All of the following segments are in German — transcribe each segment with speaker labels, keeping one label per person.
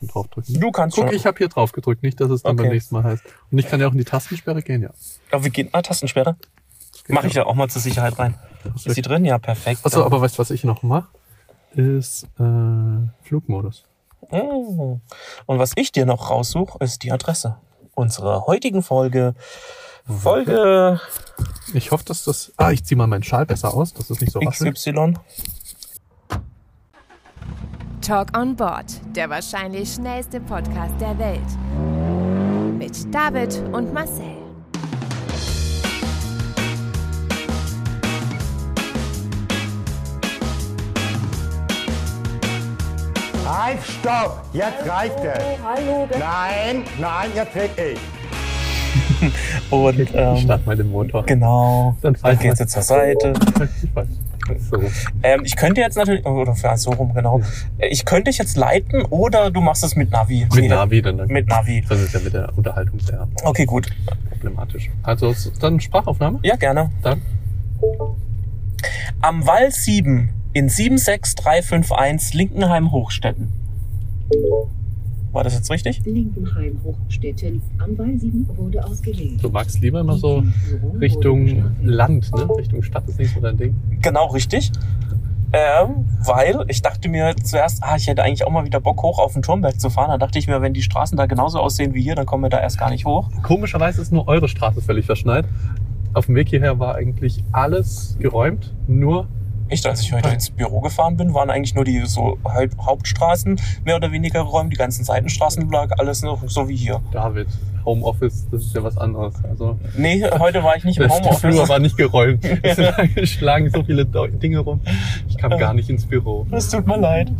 Speaker 1: Und draufdrücken.
Speaker 2: Du kannst
Speaker 1: Guck,
Speaker 2: schon.
Speaker 1: ich habe hier drauf gedrückt, nicht, dass es dann beim
Speaker 2: Okay.
Speaker 1: nächsten Mal heißt. Und ich kann ja auch in die Tastensperre gehen, ja.
Speaker 2: Aber wie geht mal Tastensperre? Mache ich da auch mal zur Sicherheit rein. Ist sie drin? Ja, perfekt.
Speaker 1: Achso, aber weißt du, was ich noch mache? Ist äh, Flugmodus.
Speaker 2: Mm. Und was ich dir noch raussuche, ist die Adresse unserer heutigen Folge. Folge
Speaker 1: Ich hoffe, dass das. Ah, ich ziehe mal meinen Schal besser aus, dass das nicht so raschelt.
Speaker 2: XY.
Speaker 3: Talk on Board, der wahrscheinlich schnellste Podcast der Welt. Mit David und Marcel.
Speaker 4: Halt, stopp! Jetzt reicht es! Nein, nein, jetzt red ich!
Speaker 2: Und
Speaker 1: Ich
Speaker 2: ähm,
Speaker 1: starte mal den Motor.
Speaker 2: genau.
Speaker 1: Dann
Speaker 2: Dann geht's jetzt zur Seite.
Speaker 1: Ich weiß. So.
Speaker 2: Ähm, ich könnte jetzt natürlich, oder ja, so rum, genau. Äh, Ich könnte dich jetzt leiten oder du machst es mit Navi.
Speaker 1: Mit Navi dann.
Speaker 2: Mit Navi.
Speaker 1: Das ist ja mit der Unterhaltung sehr
Speaker 2: Okay, gut.
Speaker 1: problematisch. Also s- dann Sprachaufnahme.
Speaker 2: Ja, gerne.
Speaker 1: Dann
Speaker 2: Am Wall 7 in 76351 Linkenheim Hochstetten. War das jetzt richtig?
Speaker 5: Linkenheim Hochstetten am Wall 7 wurde ausgewählt.
Speaker 1: du magst lieber immer so Richtung Land, ne? Richtung Stadt ist nicht so dein Ding.
Speaker 2: Genau richtig. Ähm, weil ich dachte mir zuerst, ah, ich hätte eigentlich auch mal wieder Bock, hoch auf den Turmberg zu fahren. Da dachte ich mir, wenn die Straßen da genauso aussehen wie hier, dann kommen wir da erst gar nicht hoch.
Speaker 1: Komischerweise ist nur eure Straße völlig verschneit. Auf dem Weg hierher war eigentlich alles geräumt, nur
Speaker 2: Echt, als ich heute ins Büro gefahren bin, waren eigentlich nur die so Haupt- Hauptstraßen mehr oder weniger geräumt. Die ganzen Seitenstraßen lag alles noch so wie hier.
Speaker 1: David. Homeoffice, das ist ja was anderes. Also
Speaker 2: Nee, heute war ich nicht
Speaker 1: der
Speaker 2: im
Speaker 1: Flur
Speaker 2: Homeoffice.
Speaker 1: war nicht geräumt. Es schlagen so viele Dau- Dinge rum. Ich kam gar nicht ins Büro.
Speaker 2: Es tut mir leid.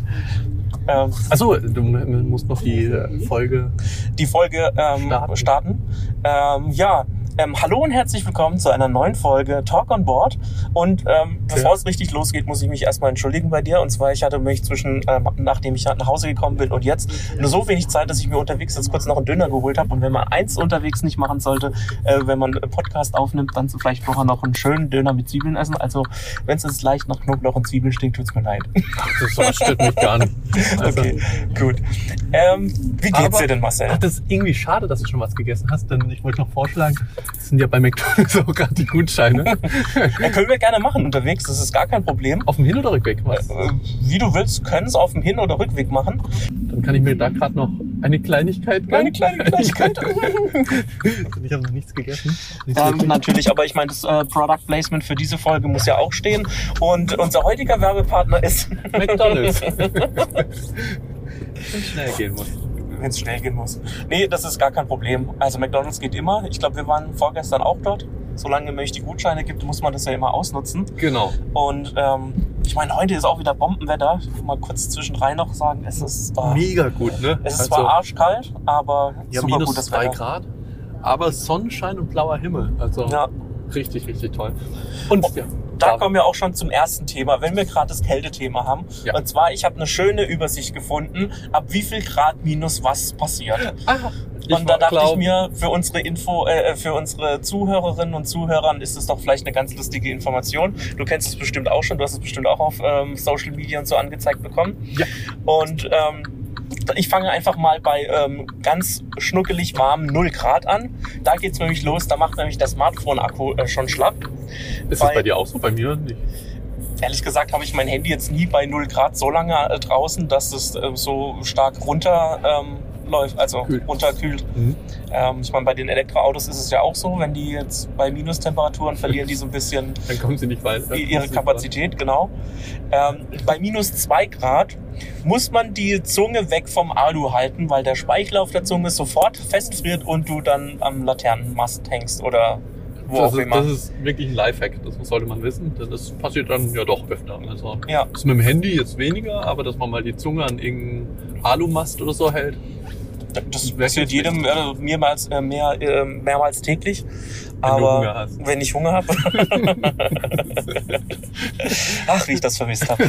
Speaker 2: Ähm,
Speaker 1: Achso, du m- musst noch die äh, Folge
Speaker 2: die Folge ähm,
Speaker 1: Starten.
Speaker 2: starten. Ähm, ja, ähm, hallo und herzlich willkommen zu einer neuen Folge Talk on Board. Und ähm, bevor es richtig losgeht, muss ich mich erstmal entschuldigen bei dir. Und zwar, ich hatte mich zwischen, ähm, nachdem ich nach Hause gekommen bin und jetzt nur so wenig Zeit, dass ich mir unterwegs jetzt kurz noch einen Döner geholt habe. Und wenn man eins unterwegs nicht machen sollte, äh, wenn man einen Podcast aufnimmt, dann so vielleicht vorher noch einen schönen Döner mit Zwiebeln essen. Also, wenn es jetzt leicht nach Knoblauch und Zwiebeln stinkt, tut's mir leid.
Speaker 1: Also, Das sowas stört mich gar nicht. Also,
Speaker 2: Okay, gut. Ähm, wie geht's
Speaker 1: Aber-
Speaker 2: dir denn, Marcel?
Speaker 1: Ach, das ist irgendwie schade, dass du schon was gegessen hast, denn ich wollte noch vorschlagen, es sind ja bei McDonalds auch gerade die Gutscheine.
Speaker 2: Ja, können wir gerne machen unterwegs, das ist gar kein Problem.
Speaker 1: Auf dem Hin- oder Rückweg,
Speaker 2: Äh,
Speaker 1: was?
Speaker 2: Wie du willst, können es auf dem Hin- oder Rückweg machen.
Speaker 1: Dann kann ich mir da gerade noch eine Kleinigkeit gönnen.
Speaker 2: Eine kleine Kleinigkeit.
Speaker 1: ich habe noch nichts gegessen. Nichts
Speaker 2: Ähm,
Speaker 1: wirklich.
Speaker 2: natürlich, aber ich meine, das äh, Product Placement für diese Folge muss ja auch stehen. Und unser heutiger Werbepartner ist,
Speaker 1: McDonalds. Wenn schnell gehen muss.
Speaker 2: wenn es schnell gehen muss. Nee, das ist gar kein Problem. Also McDonald's geht immer. Ich glaube, wir waren vorgestern auch dort. Solange es die Gutscheine gibt, muss man das ja immer ausnutzen.
Speaker 1: Genau.
Speaker 2: Und ähm, ich meine, heute ist auch wieder Bombenwetter. Ich will mal kurz zwischendrein noch sagen, es ist, äh,
Speaker 1: Mega gut, ne?
Speaker 2: es ist zwar arschkalt, aber
Speaker 1: ja,
Speaker 2: super
Speaker 1: minus
Speaker 2: gutes
Speaker 1: drei
Speaker 2: Wetter.
Speaker 1: Grad, aber Sonnenschein und blauer Himmel. Also
Speaker 2: Ja,
Speaker 1: richtig, richtig toll. Und ja,
Speaker 2: da
Speaker 1: David.
Speaker 2: kommen wir auch schon zum ersten Thema, wenn wir gerade das Kältethema haben.
Speaker 1: Ja.
Speaker 2: Und zwar, ich habe eine schöne Übersicht gefunden, ab wie viel Grad minus was passiert.
Speaker 1: Ah, ich
Speaker 2: und da dachte
Speaker 1: glaub,
Speaker 2: ich mir, für unsere Info, äh, für unsere Zuhörerinnen und Zuhörern ist es doch vielleicht eine ganz lustige Information. Du kennst es bestimmt auch schon, du hast es bestimmt auch auf ähm, Social Media und so angezeigt bekommen.
Speaker 1: Ja.
Speaker 2: Und ähm, ich fange einfach mal bei ähm, ganz schnuckelig warmen 0 Grad an. Da geht's nämlich los, da macht nämlich der Smartphone-Akku äh, schon schlapp.
Speaker 1: Ist das
Speaker 2: bei-
Speaker 1: bei dir auch so? Bei mir nicht.
Speaker 2: Ehrlich gesagt habe ich mein Handy jetzt nie bei 0 Grad so lange äh, draußen, dass es äh, so stark runter ähm, läuft, also
Speaker 1: Kühlt.
Speaker 2: runterkühlt.
Speaker 1: Mhm.
Speaker 2: Ähm, ich meine, bei den Elektroautos ist es ja auch so, wenn die jetzt bei Minustemperaturen verlieren die so ein bisschen
Speaker 1: Dann kommen sie nicht weiter.
Speaker 2: i- ihre Kapazität, genau. Ähm, bei minus 2 Grad muss man die Zunge weg vom Alu halten, weil der Speichel auf der Zunge sofort festfriert und du dann am Laternenmast hängst oder wo
Speaker 1: Das
Speaker 2: auch
Speaker 1: ist,
Speaker 2: immer.
Speaker 1: das ist wirklich ein Lifehack, das sollte man wissen, denn das passiert dann ja doch öfter. Also
Speaker 2: ja.
Speaker 1: das mit dem Handy jetzt weniger, aber dass man mal die Zunge an irgendeinen Alumast oder so hält.
Speaker 2: Das
Speaker 1: Merkt
Speaker 2: passiert
Speaker 1: jetzt nicht.
Speaker 2: jedem äh, mehrmals, äh, mehr, äh, mehrmals täglich.
Speaker 1: Wenn du Hunger
Speaker 2: Aber
Speaker 1: hast.
Speaker 2: wenn ich Hunger habe. Ach, wie ich das vermisst habe.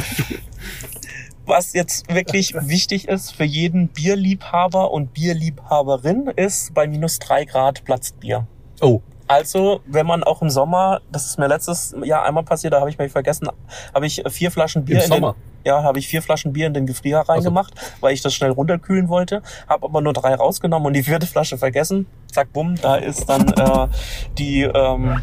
Speaker 2: Was jetzt wirklich wichtig ist für jeden Bierliebhaber und Bierliebhaberin, ist bei minus drei Grad platzt Bier.
Speaker 1: Oh,
Speaker 2: Also, wenn man auch im Sommer, das ist mir letztes Jahr einmal passiert, da habe ich mich vergessen, habe ich vier Flaschen Bier
Speaker 1: im
Speaker 2: in
Speaker 1: Sommer.
Speaker 2: Den, Ja, habe ich vier Flaschen Bier in den Gefrierer reingemacht, weil ich das schnell runterkühlen wollte. Habe aber nur drei rausgenommen und die vierte Flasche vergessen. Zack, bumm, da ist dann äh, die. Ähm,
Speaker 1: Aber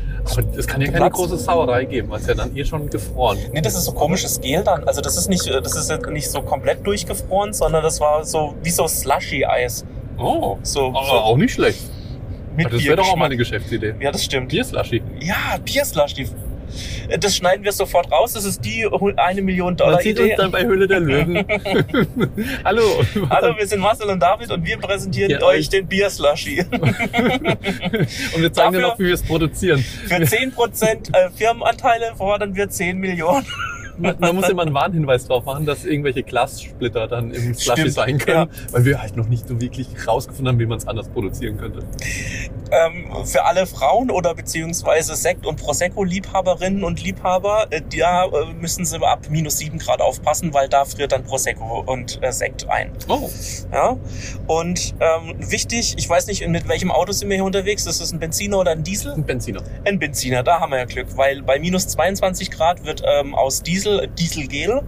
Speaker 1: es kann ja keine
Speaker 2: Platz.
Speaker 1: große Sauerei geben, weil es ja dann eh schon gefroren.
Speaker 2: nee, das ist so komisches Gel dann. Also das ist nicht, äh, das ist jetzt nicht so komplett durchgefroren, sondern das war so wie so Slushy-Eis.
Speaker 1: Oh,
Speaker 2: So,
Speaker 1: aber auch nicht schlecht.
Speaker 2: so mit
Speaker 1: das wäre doch auch mal
Speaker 2: Biergeschmack.
Speaker 1: eine Geschäftsidee.
Speaker 2: Ja, das stimmt.
Speaker 1: Bier Slushy.
Speaker 2: Ja, Bierslaschdief. Das schneiden wir sofort raus. Das ist die hu- eine Million Dollar
Speaker 1: Man sieht uns
Speaker 2: Idee.
Speaker 1: dann bei Höhle der Löwen. Hallo.
Speaker 2: Hallo, wir sind Marcel und David und wir präsentieren
Speaker 1: Ja,
Speaker 2: euch
Speaker 1: euch.
Speaker 2: den Bierslushy.
Speaker 1: Und wir zeigen dir
Speaker 2: Dafür-
Speaker 1: noch, wie wir es produzieren.
Speaker 2: Für 10% äh, Firmenanteile fordern wir 10 Millionen.
Speaker 1: Man, man muss immer einen Warnhinweis drauf machen, dass irgendwelche Glassplitter dann im Slushy
Speaker 2: Stimmt,
Speaker 1: sein können, weil wir halt noch nicht so wirklich rausgefunden haben, wie man es anders produzieren könnte.
Speaker 2: Ähm, für alle Frauen oder beziehungsweise Sekt- und Prosecco-Liebhaberinnen und Liebhaber, äh, da äh, müssen sie ab minus 7 Grad aufpassen, weil da friert dann Prosecco und äh, Sekt ein.
Speaker 1: Oh,
Speaker 2: Ja? Und ähm, wichtig, ich weiß nicht, mit welchem Auto sind wir hier unterwegs? Ist es ein Benziner oder ein Diesel?
Speaker 1: ein Benziner.
Speaker 2: Ein Benziner, da haben wir ja Glück, weil bei minus 22 Grad wird ähm, aus Diesel Dieselgel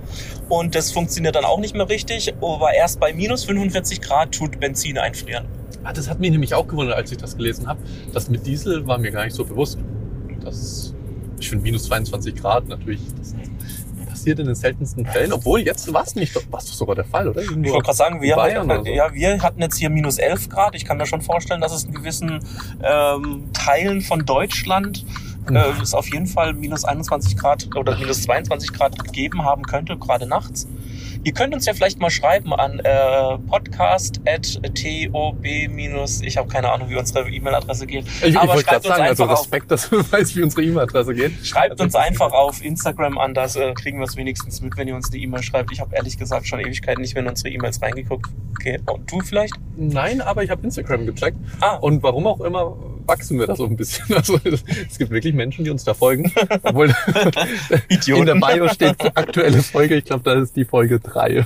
Speaker 2: und das funktioniert dann auch nicht mehr richtig, aber erst bei minus 45 Grad tut Benzin einfrieren.
Speaker 1: Ah, das hat mich nämlich auch gewundert, als ich das gelesen habe. Das mit Diesel war mir gar nicht so bewusst. Das, ich finde, minus 22 Grad natürlich. Das passiert in den seltensten Fällen. Obwohl, jetzt war es nicht, war es doch sogar der Fall, oder?
Speaker 2: Ich
Speaker 1: Irgendwo
Speaker 2: wollte gerade sagen, wir,
Speaker 1: Bayern oder so.
Speaker 2: ja, wir hatten jetzt hier minus 11 Grad. Ich kann mir schon vorstellen, dass es in gewissen ähm, Teilen von Deutschland äh,
Speaker 1: Mhm.
Speaker 2: es auf jeden Fall minus 21 Grad oder minus 22 Grad gegeben haben könnte, gerade nachts. Ihr könnt uns ja vielleicht mal schreiben an äh, podcast.tob- ich habe keine Ahnung, wie unsere E-Mail-Adresse geht.
Speaker 1: Ich, ich
Speaker 2: Aber
Speaker 1: wollte
Speaker 2: schreibt
Speaker 1: gerade
Speaker 2: uns
Speaker 1: sagen, also
Speaker 2: einfach auf.
Speaker 1: Respekt, dass du weißt, wie unsere E-Mail-Adresse geht. Also,
Speaker 2: Schreibt uns einfach auf Instagram an, das äh, kriegen wir es wenigstens mit, wenn ihr uns eine E-Mail schreibt. Ich habe ehrlich gesagt schon Ewigkeiten nicht mehr in unsere E-Mails reingeguckt. Okay. Und du vielleicht?
Speaker 1: Nein, aber ich habe Instagram gecheckt.
Speaker 2: Ah,
Speaker 1: Und warum auch immer wachsen wir da so ein bisschen. Also es gibt wirklich Menschen, die uns da folgen. Obwohl in der
Speaker 2: Idioten.
Speaker 1: Bio steht aktuelle Folge. Ich glaube, das ist die Folge 3.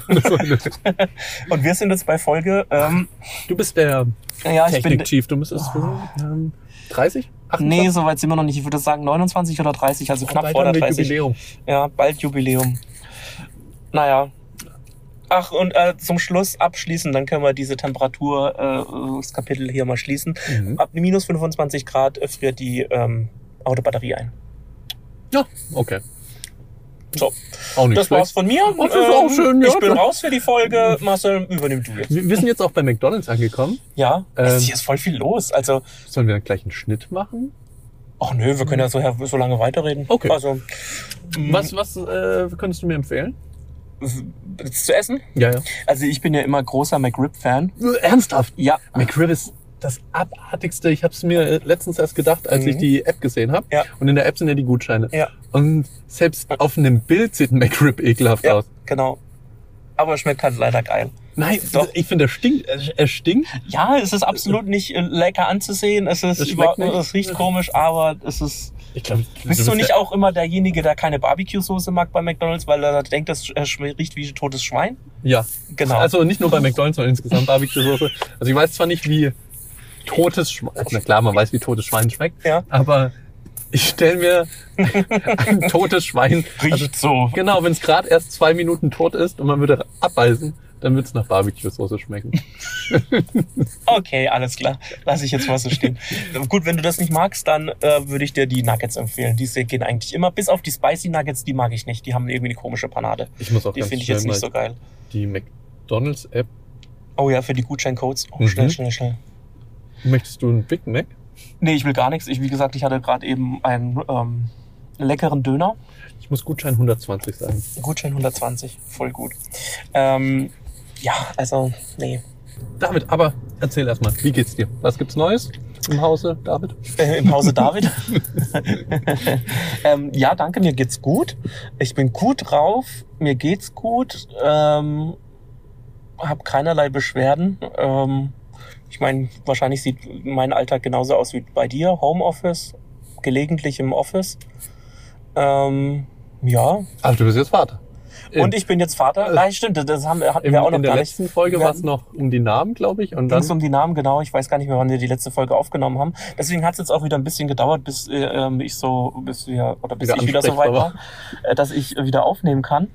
Speaker 2: Und wir sind jetzt bei Folge. Ähm,
Speaker 1: Du bist Ah, der
Speaker 2: ja, ich bin.
Speaker 1: Technik-Chief. Du müsstest so, ähm, 30? 28?
Speaker 2: Nee, so weit sind wir noch nicht. Ich würde sagen 29 oder 30, also knapp
Speaker 1: Bald
Speaker 2: vor der
Speaker 1: haben wir
Speaker 2: 30.
Speaker 1: Jubiläum.
Speaker 2: Ja, bald Jubiläum. Naja. Ach, und äh, zum Schluss abschließen, dann können wir diese Temperatur, äh, das Kapitel hier mal schließen.
Speaker 1: Mhm.
Speaker 2: Ab minus 25 Grad äh, friert die ähm, Autobatterie ein.
Speaker 1: Ja, okay.
Speaker 2: So,
Speaker 1: Auch nicht
Speaker 2: das war's
Speaker 1: schlecht.
Speaker 2: von mir. Ähm,
Speaker 1: das ist auch schön, ja.
Speaker 2: Ich bin raus für die Folge. Marcel, übernimm du jetzt.
Speaker 1: Wir wir sind jetzt auch bei McDonalds angekommen.
Speaker 2: Ja,
Speaker 1: Ähm.
Speaker 2: es hier ist voll viel los. Also,
Speaker 1: Sollen wir gleich einen Schnitt machen?
Speaker 2: ach nö, wir können ja so, so lange weiterreden.
Speaker 1: Okay.
Speaker 2: Also, mm,
Speaker 1: Was, was äh, könntest du mir empfehlen?
Speaker 2: zu essen?
Speaker 1: Ja, ja.
Speaker 2: Also ich bin ja immer großer McRib-Fan.
Speaker 1: Ernsthaft?
Speaker 2: Ja.
Speaker 1: McRib ist das abartigste. Ich habe es mir äh, letztens erst gedacht, als
Speaker 2: Mhm.
Speaker 1: ich die App gesehen habe.
Speaker 2: Ja.
Speaker 1: Und in der App sind ja die Gutscheine.
Speaker 2: Ja.
Speaker 1: Und selbst auf einem Bild sieht ein McRib ekelhaft
Speaker 2: Ja,
Speaker 1: aus.
Speaker 2: genau. Aber schmeckt halt leider geil.
Speaker 1: Nein,
Speaker 2: Doch.
Speaker 1: ich finde, er stinkt. Er, er stinkt.
Speaker 2: Ja, es ist absolut nicht äh, lecker anzusehen. Es ist
Speaker 1: Es
Speaker 2: über,
Speaker 1: schmeckt nicht.
Speaker 2: es riecht komisch, aber es ist.
Speaker 1: Ich glaube,
Speaker 2: Bist du nicht auch immer derjenige, der keine Barbecue-Soße mag bei McDonalds, weil er denkt, das äh, schme- riecht wie totes Schwein?
Speaker 1: Ja.
Speaker 2: Genau.
Speaker 1: Also nicht nur bei McDonalds, sondern insgesamt Barbecue-Soße. Also ich weiß zwar nicht, wie totes Schwein. Also, na klar, man weiß, wie totes Schwein schmeckt.
Speaker 2: Ja.
Speaker 1: Aber ich stelle mir ein totes Schwein. Also,
Speaker 2: so.
Speaker 1: genau, wenn es gerade erst zwei Minuten tot ist und man würde abbeißen, dann würde es nach Barbecue-Soße schmecken.
Speaker 2: Okay, alles klar. Lass ich jetzt mal so stehen. Gut, wenn du das nicht magst, dann äh, würde ich dir die Nuggets empfehlen. Diese gehen eigentlich immer, bis auf die Spicy Nuggets, die mag ich nicht. Die haben irgendwie eine komische Panade.
Speaker 1: Ich muss auch
Speaker 2: Die
Speaker 1: ganz
Speaker 2: finde ich
Speaker 1: schnell
Speaker 2: jetzt nicht
Speaker 1: mal
Speaker 2: so geil.
Speaker 1: die McDonalds-App.
Speaker 2: Oh ja, für die Gutscheincodes. Oh,
Speaker 1: Mhm.
Speaker 2: schnell, schnell, schnell.
Speaker 1: Möchtest du einen Big Mac?
Speaker 2: Nee, ich will gar nichts. Ich, wie gesagt, ich hatte gerade eben einen ähm, leckeren Döner.
Speaker 1: Ich muss Gutschein 120 sagen.
Speaker 2: Gutschein 120. Voll gut. Ähm, ja, also, nee.
Speaker 1: David, aber erzähl erstmal, wie geht's dir? Was gibt's Neues im Hause, David?
Speaker 2: Äh, Im Hause David. ähm, ja, danke, mir geht's gut. Ich bin gut drauf. Mir geht's gut. Ähm, hab keinerlei Beschwerden. Ähm, ich meine, wahrscheinlich sieht mein Alltag genauso aus wie bei dir. Homeoffice, gelegentlich im Office. Ähm, ja,
Speaker 1: Ach, du Ah, bist jetzt Vater.
Speaker 2: Und ich bin jetzt Vater. Nein, stimmt, das haben, hatten
Speaker 1: Äh, Im,
Speaker 2: wir auch noch
Speaker 1: in der
Speaker 2: gar nicht.
Speaker 1: letzten Folge
Speaker 2: Wir
Speaker 1: war es noch um die Namen, glaube ich. Und
Speaker 2: ging
Speaker 1: dann
Speaker 2: es um die Namen, genau. Ich weiß gar nicht mehr, wann wir die letzte Folge aufgenommen haben. Deswegen hat es jetzt auch wieder ein bisschen gedauert, bis äh, ähm, ich so, bis wir, oder bis
Speaker 1: Wieder
Speaker 2: ich wieder so weit war,
Speaker 1: ansprechbar
Speaker 2: äh, dass ich wieder aufnehmen kann.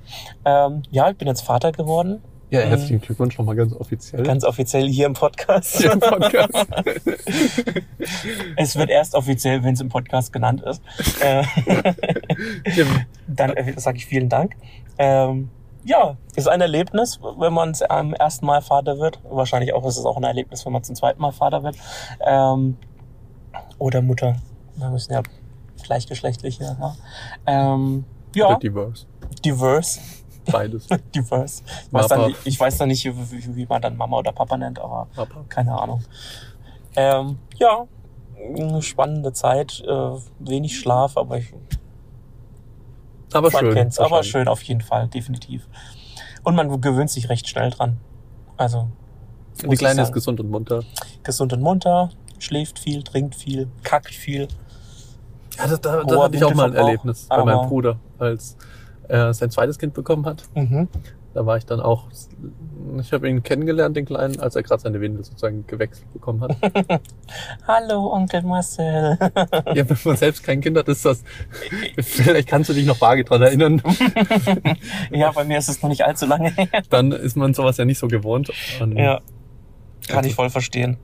Speaker 2: Ähm, ja, ich bin jetzt Vater geworden,
Speaker 1: ja, herzlichen Glückwunsch nochmal ganz offiziell.
Speaker 2: ganz offiziell hier im Podcast.
Speaker 1: Hier im Podcast.
Speaker 2: es wird erst offiziell, wenn es im Podcast genannt ist. Äh,
Speaker 1: Stimmt.
Speaker 2: dann äh, sage ich vielen Dank. Ähm, ja, ist ein Erlebnis, wenn man zum ersten Mal Vater wird. Wahrscheinlich auch ist es auch ein Erlebnis, wenn man zum zweiten Mal Vater wird. Ähm, oder Mutter. Wir müssen ja gleichgeschlechtlich hier. Ne? Ähm, ja,
Speaker 1: Oder Diverse.
Speaker 2: diverse.
Speaker 1: Beides.
Speaker 2: diverse. Ich weiß, dann,
Speaker 1: Papa.
Speaker 2: nicht- ich weiß dann nicht, wie, wie man dann Mama oder Papa nennt, aber
Speaker 1: Papa.
Speaker 2: keine Ahnung. Ähm, ja, eine spannende Zeit. Äh, wenig Schlaf, aber ich
Speaker 1: Aber
Speaker 2: man
Speaker 1: schön.
Speaker 2: kennt's, aber
Speaker 1: wahrscheinlich.
Speaker 2: schön auf jeden Fall, definitiv. Und man gewöhnt sich recht schnell dran. Also muss
Speaker 1: Die
Speaker 2: ich
Speaker 1: Kleine ist
Speaker 2: sagen.
Speaker 1: gesund und munter.
Speaker 2: gesund und munter, schläft viel, trinkt viel, kackt viel.
Speaker 1: Ja, das, da, da
Speaker 2: Hoher
Speaker 1: hatte Oh, ich auch mal ein
Speaker 2: Blutverbrauch,
Speaker 1: Erlebnis bei
Speaker 2: aber-
Speaker 1: meinem Bruder, als er sein zweites Kind bekommen hat.
Speaker 2: Mhm.
Speaker 1: Da war ich dann auch, ich habe ihn kennengelernt, den Kleinen, als er gerade seine Windel sozusagen gewechselt bekommen hat.
Speaker 2: Hallo Onkel Marcel.
Speaker 1: ja, wenn man selbst kein Kind hat, ist das, vielleicht kannst du dich noch vage dran erinnern,
Speaker 2: ja, bei mir ist es noch nicht allzu lange her.
Speaker 1: dann ist man sowas ja nicht so gewohnt. Und
Speaker 2: ja. Kann ich voll verstehen.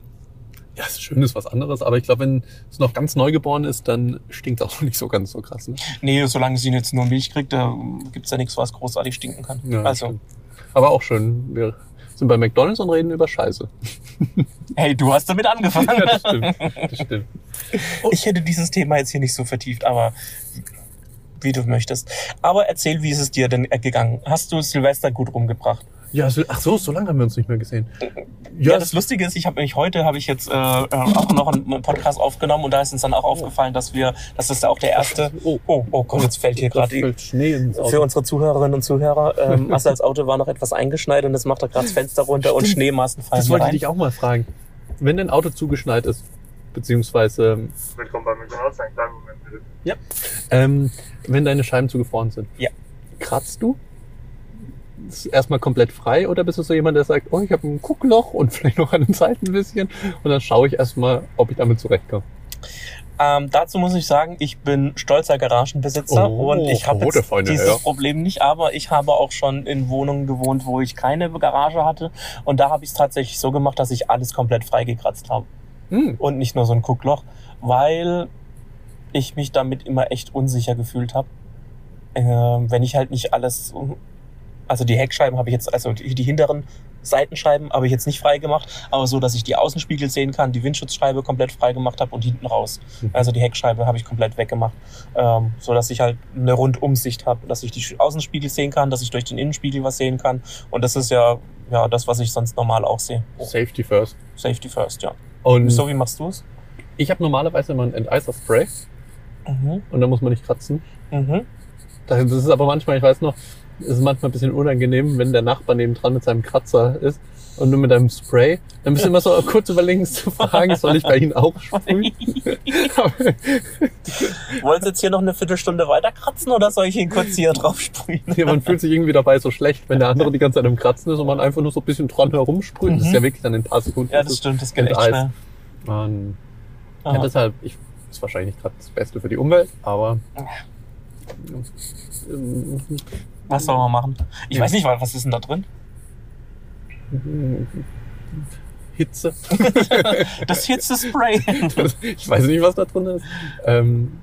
Speaker 1: ja, es ist schön, ist was anderes, aber ich glaube, wenn es noch ganz neugeboren ist, dann stinkt auch noch nicht so ganz so krass. Ne?
Speaker 2: Nee, solange sie jetzt nur Milch kriegt, da gibt's ja nichts, was großartig stinken kann.
Speaker 1: Ja, das
Speaker 2: also,
Speaker 1: stimmt. Aber auch schön, wir sind bei McDonalds und reden über Scheiße.
Speaker 2: hey, du hast damit angefangen.
Speaker 1: ja, das stimmt, das stimmt.
Speaker 2: Oh. Ich hätte dieses Thema jetzt hier nicht so vertieft, aber wie du möchtest. Aber erzähl, wie ist es dir denn gegangen? Hast du Silvester gut rumgebracht?
Speaker 1: Ja, so, ach so, so lange haben wir uns nicht mehr gesehen.
Speaker 2: Ja, das Lustige ist, ich habe mich heute habe ich jetzt äh, äh, auch noch einen Podcast aufgenommen und da ist uns dann auch aufgefallen, dass wir, dass das ist auch der erste.
Speaker 1: Oh.
Speaker 2: Oh, oh Gott, jetzt fällt hier
Speaker 1: das
Speaker 2: gerade die-
Speaker 1: fällt Schnee ins Auto.
Speaker 2: für unsere Zuhörerinnen und Zuhörer. Ähm, Assals Auto war noch etwas eingeschneit und jetzt macht er gerade das Fenster runter und
Speaker 1: Stimmt.
Speaker 2: Schneemassen fallen
Speaker 1: Das
Speaker 2: hier
Speaker 1: wollte ich
Speaker 2: rein.
Speaker 1: dich auch mal fragen. Wenn dein Auto zugeschneit ist, beziehungsweise
Speaker 6: Willkommen bei McDonalds, einen kleinen Moment bitte.
Speaker 1: ähm, wenn deine Scheiben zugefroren sind,
Speaker 2: Ja.
Speaker 1: kratzt du? Ist erstmal komplett frei oder bist du so jemand, der sagt, oh, ich habe ein Guckloch und vielleicht noch an den Seiten ein bisschen und dann schaue ich erstmal, ob ich damit zurechtkomme.
Speaker 2: Ähm, dazu muss ich sagen, ich bin stolzer Garagenbesitzer
Speaker 1: Oh,
Speaker 2: und ich habe
Speaker 1: oh, der
Speaker 2: jetzt
Speaker 1: feine
Speaker 2: dieses
Speaker 1: Herr.
Speaker 2: Problem nicht, aber ich habe auch schon in Wohnungen gewohnt, wo ich keine Garage hatte und da habe ich es tatsächlich so gemacht, dass ich alles komplett freigekratzt habe
Speaker 1: Hm.
Speaker 2: und nicht nur so ein Guckloch, weil ich mich damit immer echt unsicher gefühlt habe. Ähm, wenn ich halt nicht alles, also die Heckscheiben habe ich jetzt, also die, die hinteren Seitenscheiben habe ich jetzt nicht frei gemacht, aber so, dass ich die Außenspiegel sehen kann, die Windschutzscheibe komplett frei gemacht habe und hinten raus. Also die Heckscheibe habe ich komplett weggemacht, ähm, so dass ich halt eine Rundumsicht habe, dass ich die Außenspiegel sehen kann, dass ich durch den Innenspiegel was sehen kann und das ist ja, ja das, was ich sonst normal auch sehe. Oh,
Speaker 1: Safety first.
Speaker 2: Safety first, ja.
Speaker 1: Und
Speaker 2: So, wie machst du es?
Speaker 1: ich habe normalerweise immer ein Enteiserspray
Speaker 2: Mhm.
Speaker 1: und da muss man nicht kratzen.
Speaker 2: Mhm.
Speaker 1: Das das ist aber manchmal, ich weiß noch, es ist manchmal ein bisschen unangenehm, wenn der Nachbar nebendran mit seinem Kratzer ist und du mit deinem Spray. Dann bist du immer so kurz überlegen zu fragen, soll ich bei ihnen auch sprühen? Aber-
Speaker 2: Wollen Sie jetzt hier noch eine Viertelstunde weiter kratzen oder soll ich ihn kurz hier drauf sprühen?
Speaker 1: ja, man fühlt sich irgendwie dabei so schlecht, wenn der andere die ganze Zeit am Kratzen ist und man einfach nur so ein bisschen dran herumsprüht. Das ist ja wirklich dann in ein paar Sekunden.
Speaker 2: Mhm. Ja, das stimmt, das geht
Speaker 1: Mit
Speaker 2: echt
Speaker 1: Eis.
Speaker 2: schnell.
Speaker 1: Man, ja,
Speaker 2: Aha.
Speaker 1: deshalb, ich, ist wahrscheinlich nicht gerade das Beste für die Umwelt, aber
Speaker 2: Ah.
Speaker 1: ähm,
Speaker 2: Was soll man machen? Ich
Speaker 1: Ja.
Speaker 2: weiß nicht mal, was ist denn da drin?
Speaker 1: ähm, Hitze.
Speaker 2: Das Hitzespray.
Speaker 1: Ich weiß nicht, was da drin ist. Ähm,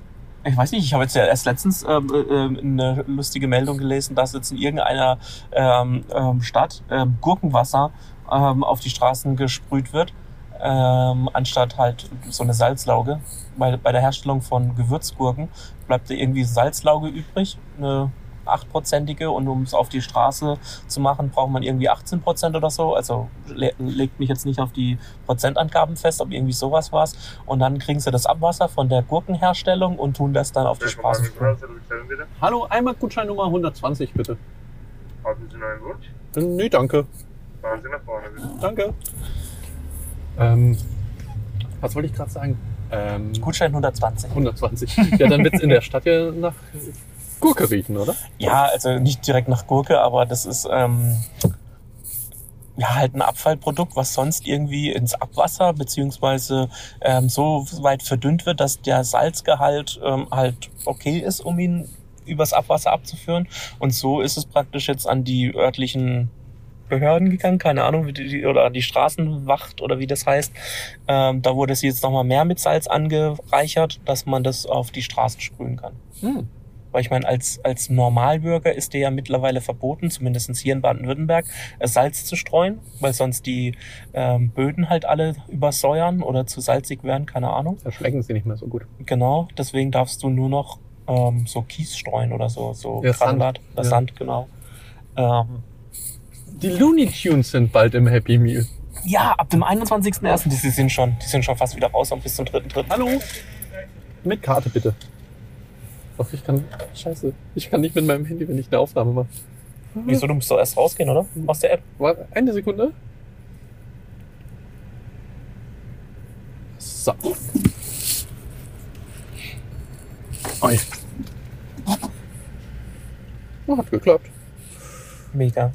Speaker 2: Ich weiß nicht, ich habe jetzt ja erst letztens ähm, ähm, eine lustige Meldung gelesen, dass jetzt in irgendeiner ähm, ähm, Stadt ähm, Gurkenwasser ähm, auf die Straßen gesprüht wird, ähm, anstatt halt so eine Salzlauge. Bei, bei der Herstellung von Gewürzgurken bleibt da irgendwie Salzlauge übrig, eine achtprozentige und um es auf die Straße zu machen, braucht man irgendwie 18 Prozent oder so. Also le legt mich jetzt nicht auf die Prozentangaben fest, aber irgendwie sowas war's. Und dann kriegen sie das Abwasser von der Gurkenherstellung und tun das dann auf die
Speaker 6: Willkommen bei
Speaker 2: Straße.
Speaker 6: McDonalds, eine Bestellung bitte.
Speaker 1: hallo, einmal Gutschein Nummer 120 bitte.
Speaker 6: Haben Sie noch einen Wunsch?
Speaker 1: Äh, Nee, danke.
Speaker 6: Fahren Sie nach vorne bitte.
Speaker 1: Danke. Ähm, was wollte ich gerade sagen? Ähm,
Speaker 2: Gutschein 120.
Speaker 1: 120. Ja, dann wird's in der Stadt ja nach Gurke riechen, oder?
Speaker 2: Ja, also nicht direkt nach Gurke, aber das ist ähm, ja halt ein Abfallprodukt, was sonst irgendwie ins Abwasser beziehungsweise ähm, so weit verdünnt wird, dass der Salzgehalt ähm, halt okay ist, um ihn übers Abwasser abzuführen. Und so ist es praktisch jetzt an die örtlichen Behörden gegangen, keine Ahnung, wie die, oder die Straßenwacht oder wie das heißt. Ähm, da wurde es jetzt nochmal mehr mit Salz angereichert, dass man das auf die Straßen sprühen kann.
Speaker 1: Hm.
Speaker 2: Weil ich meine, als, als Normalbürger ist dir ja mittlerweile verboten, zumindest hier in Baden-Württemberg, äh, Salz zu streuen, weil sonst die ähm, Böden halt alle übersäuern oder zu salzig werden, keine Ahnung.
Speaker 1: Da schmecken sie nicht mehr so gut.
Speaker 2: Genau, deswegen darfst du nur noch ähm, so Kies streuen oder so, so
Speaker 1: Ja, Sand.
Speaker 2: Granulat, Sand.
Speaker 1: Ja.
Speaker 2: Sand, genau. Ähm,
Speaker 1: Die Looney Tunes sind bald im Happy Meal.
Speaker 2: ja, ab dem 21.01. Die, die sind schon, die sind schon fast wieder raus und bis zum 3.3. Hallo!
Speaker 1: Mit Karte bitte. Doch, ich kann. Scheiße. Ich kann nicht mit meinem Handy, wenn ich eine Aufnahme mache.
Speaker 2: Wieso, du musst doch erst rausgehen, oder? Aus der App.
Speaker 1: Warte, eine Sekunde. So. Oi. Oh, hat geklappt.
Speaker 2: Mega.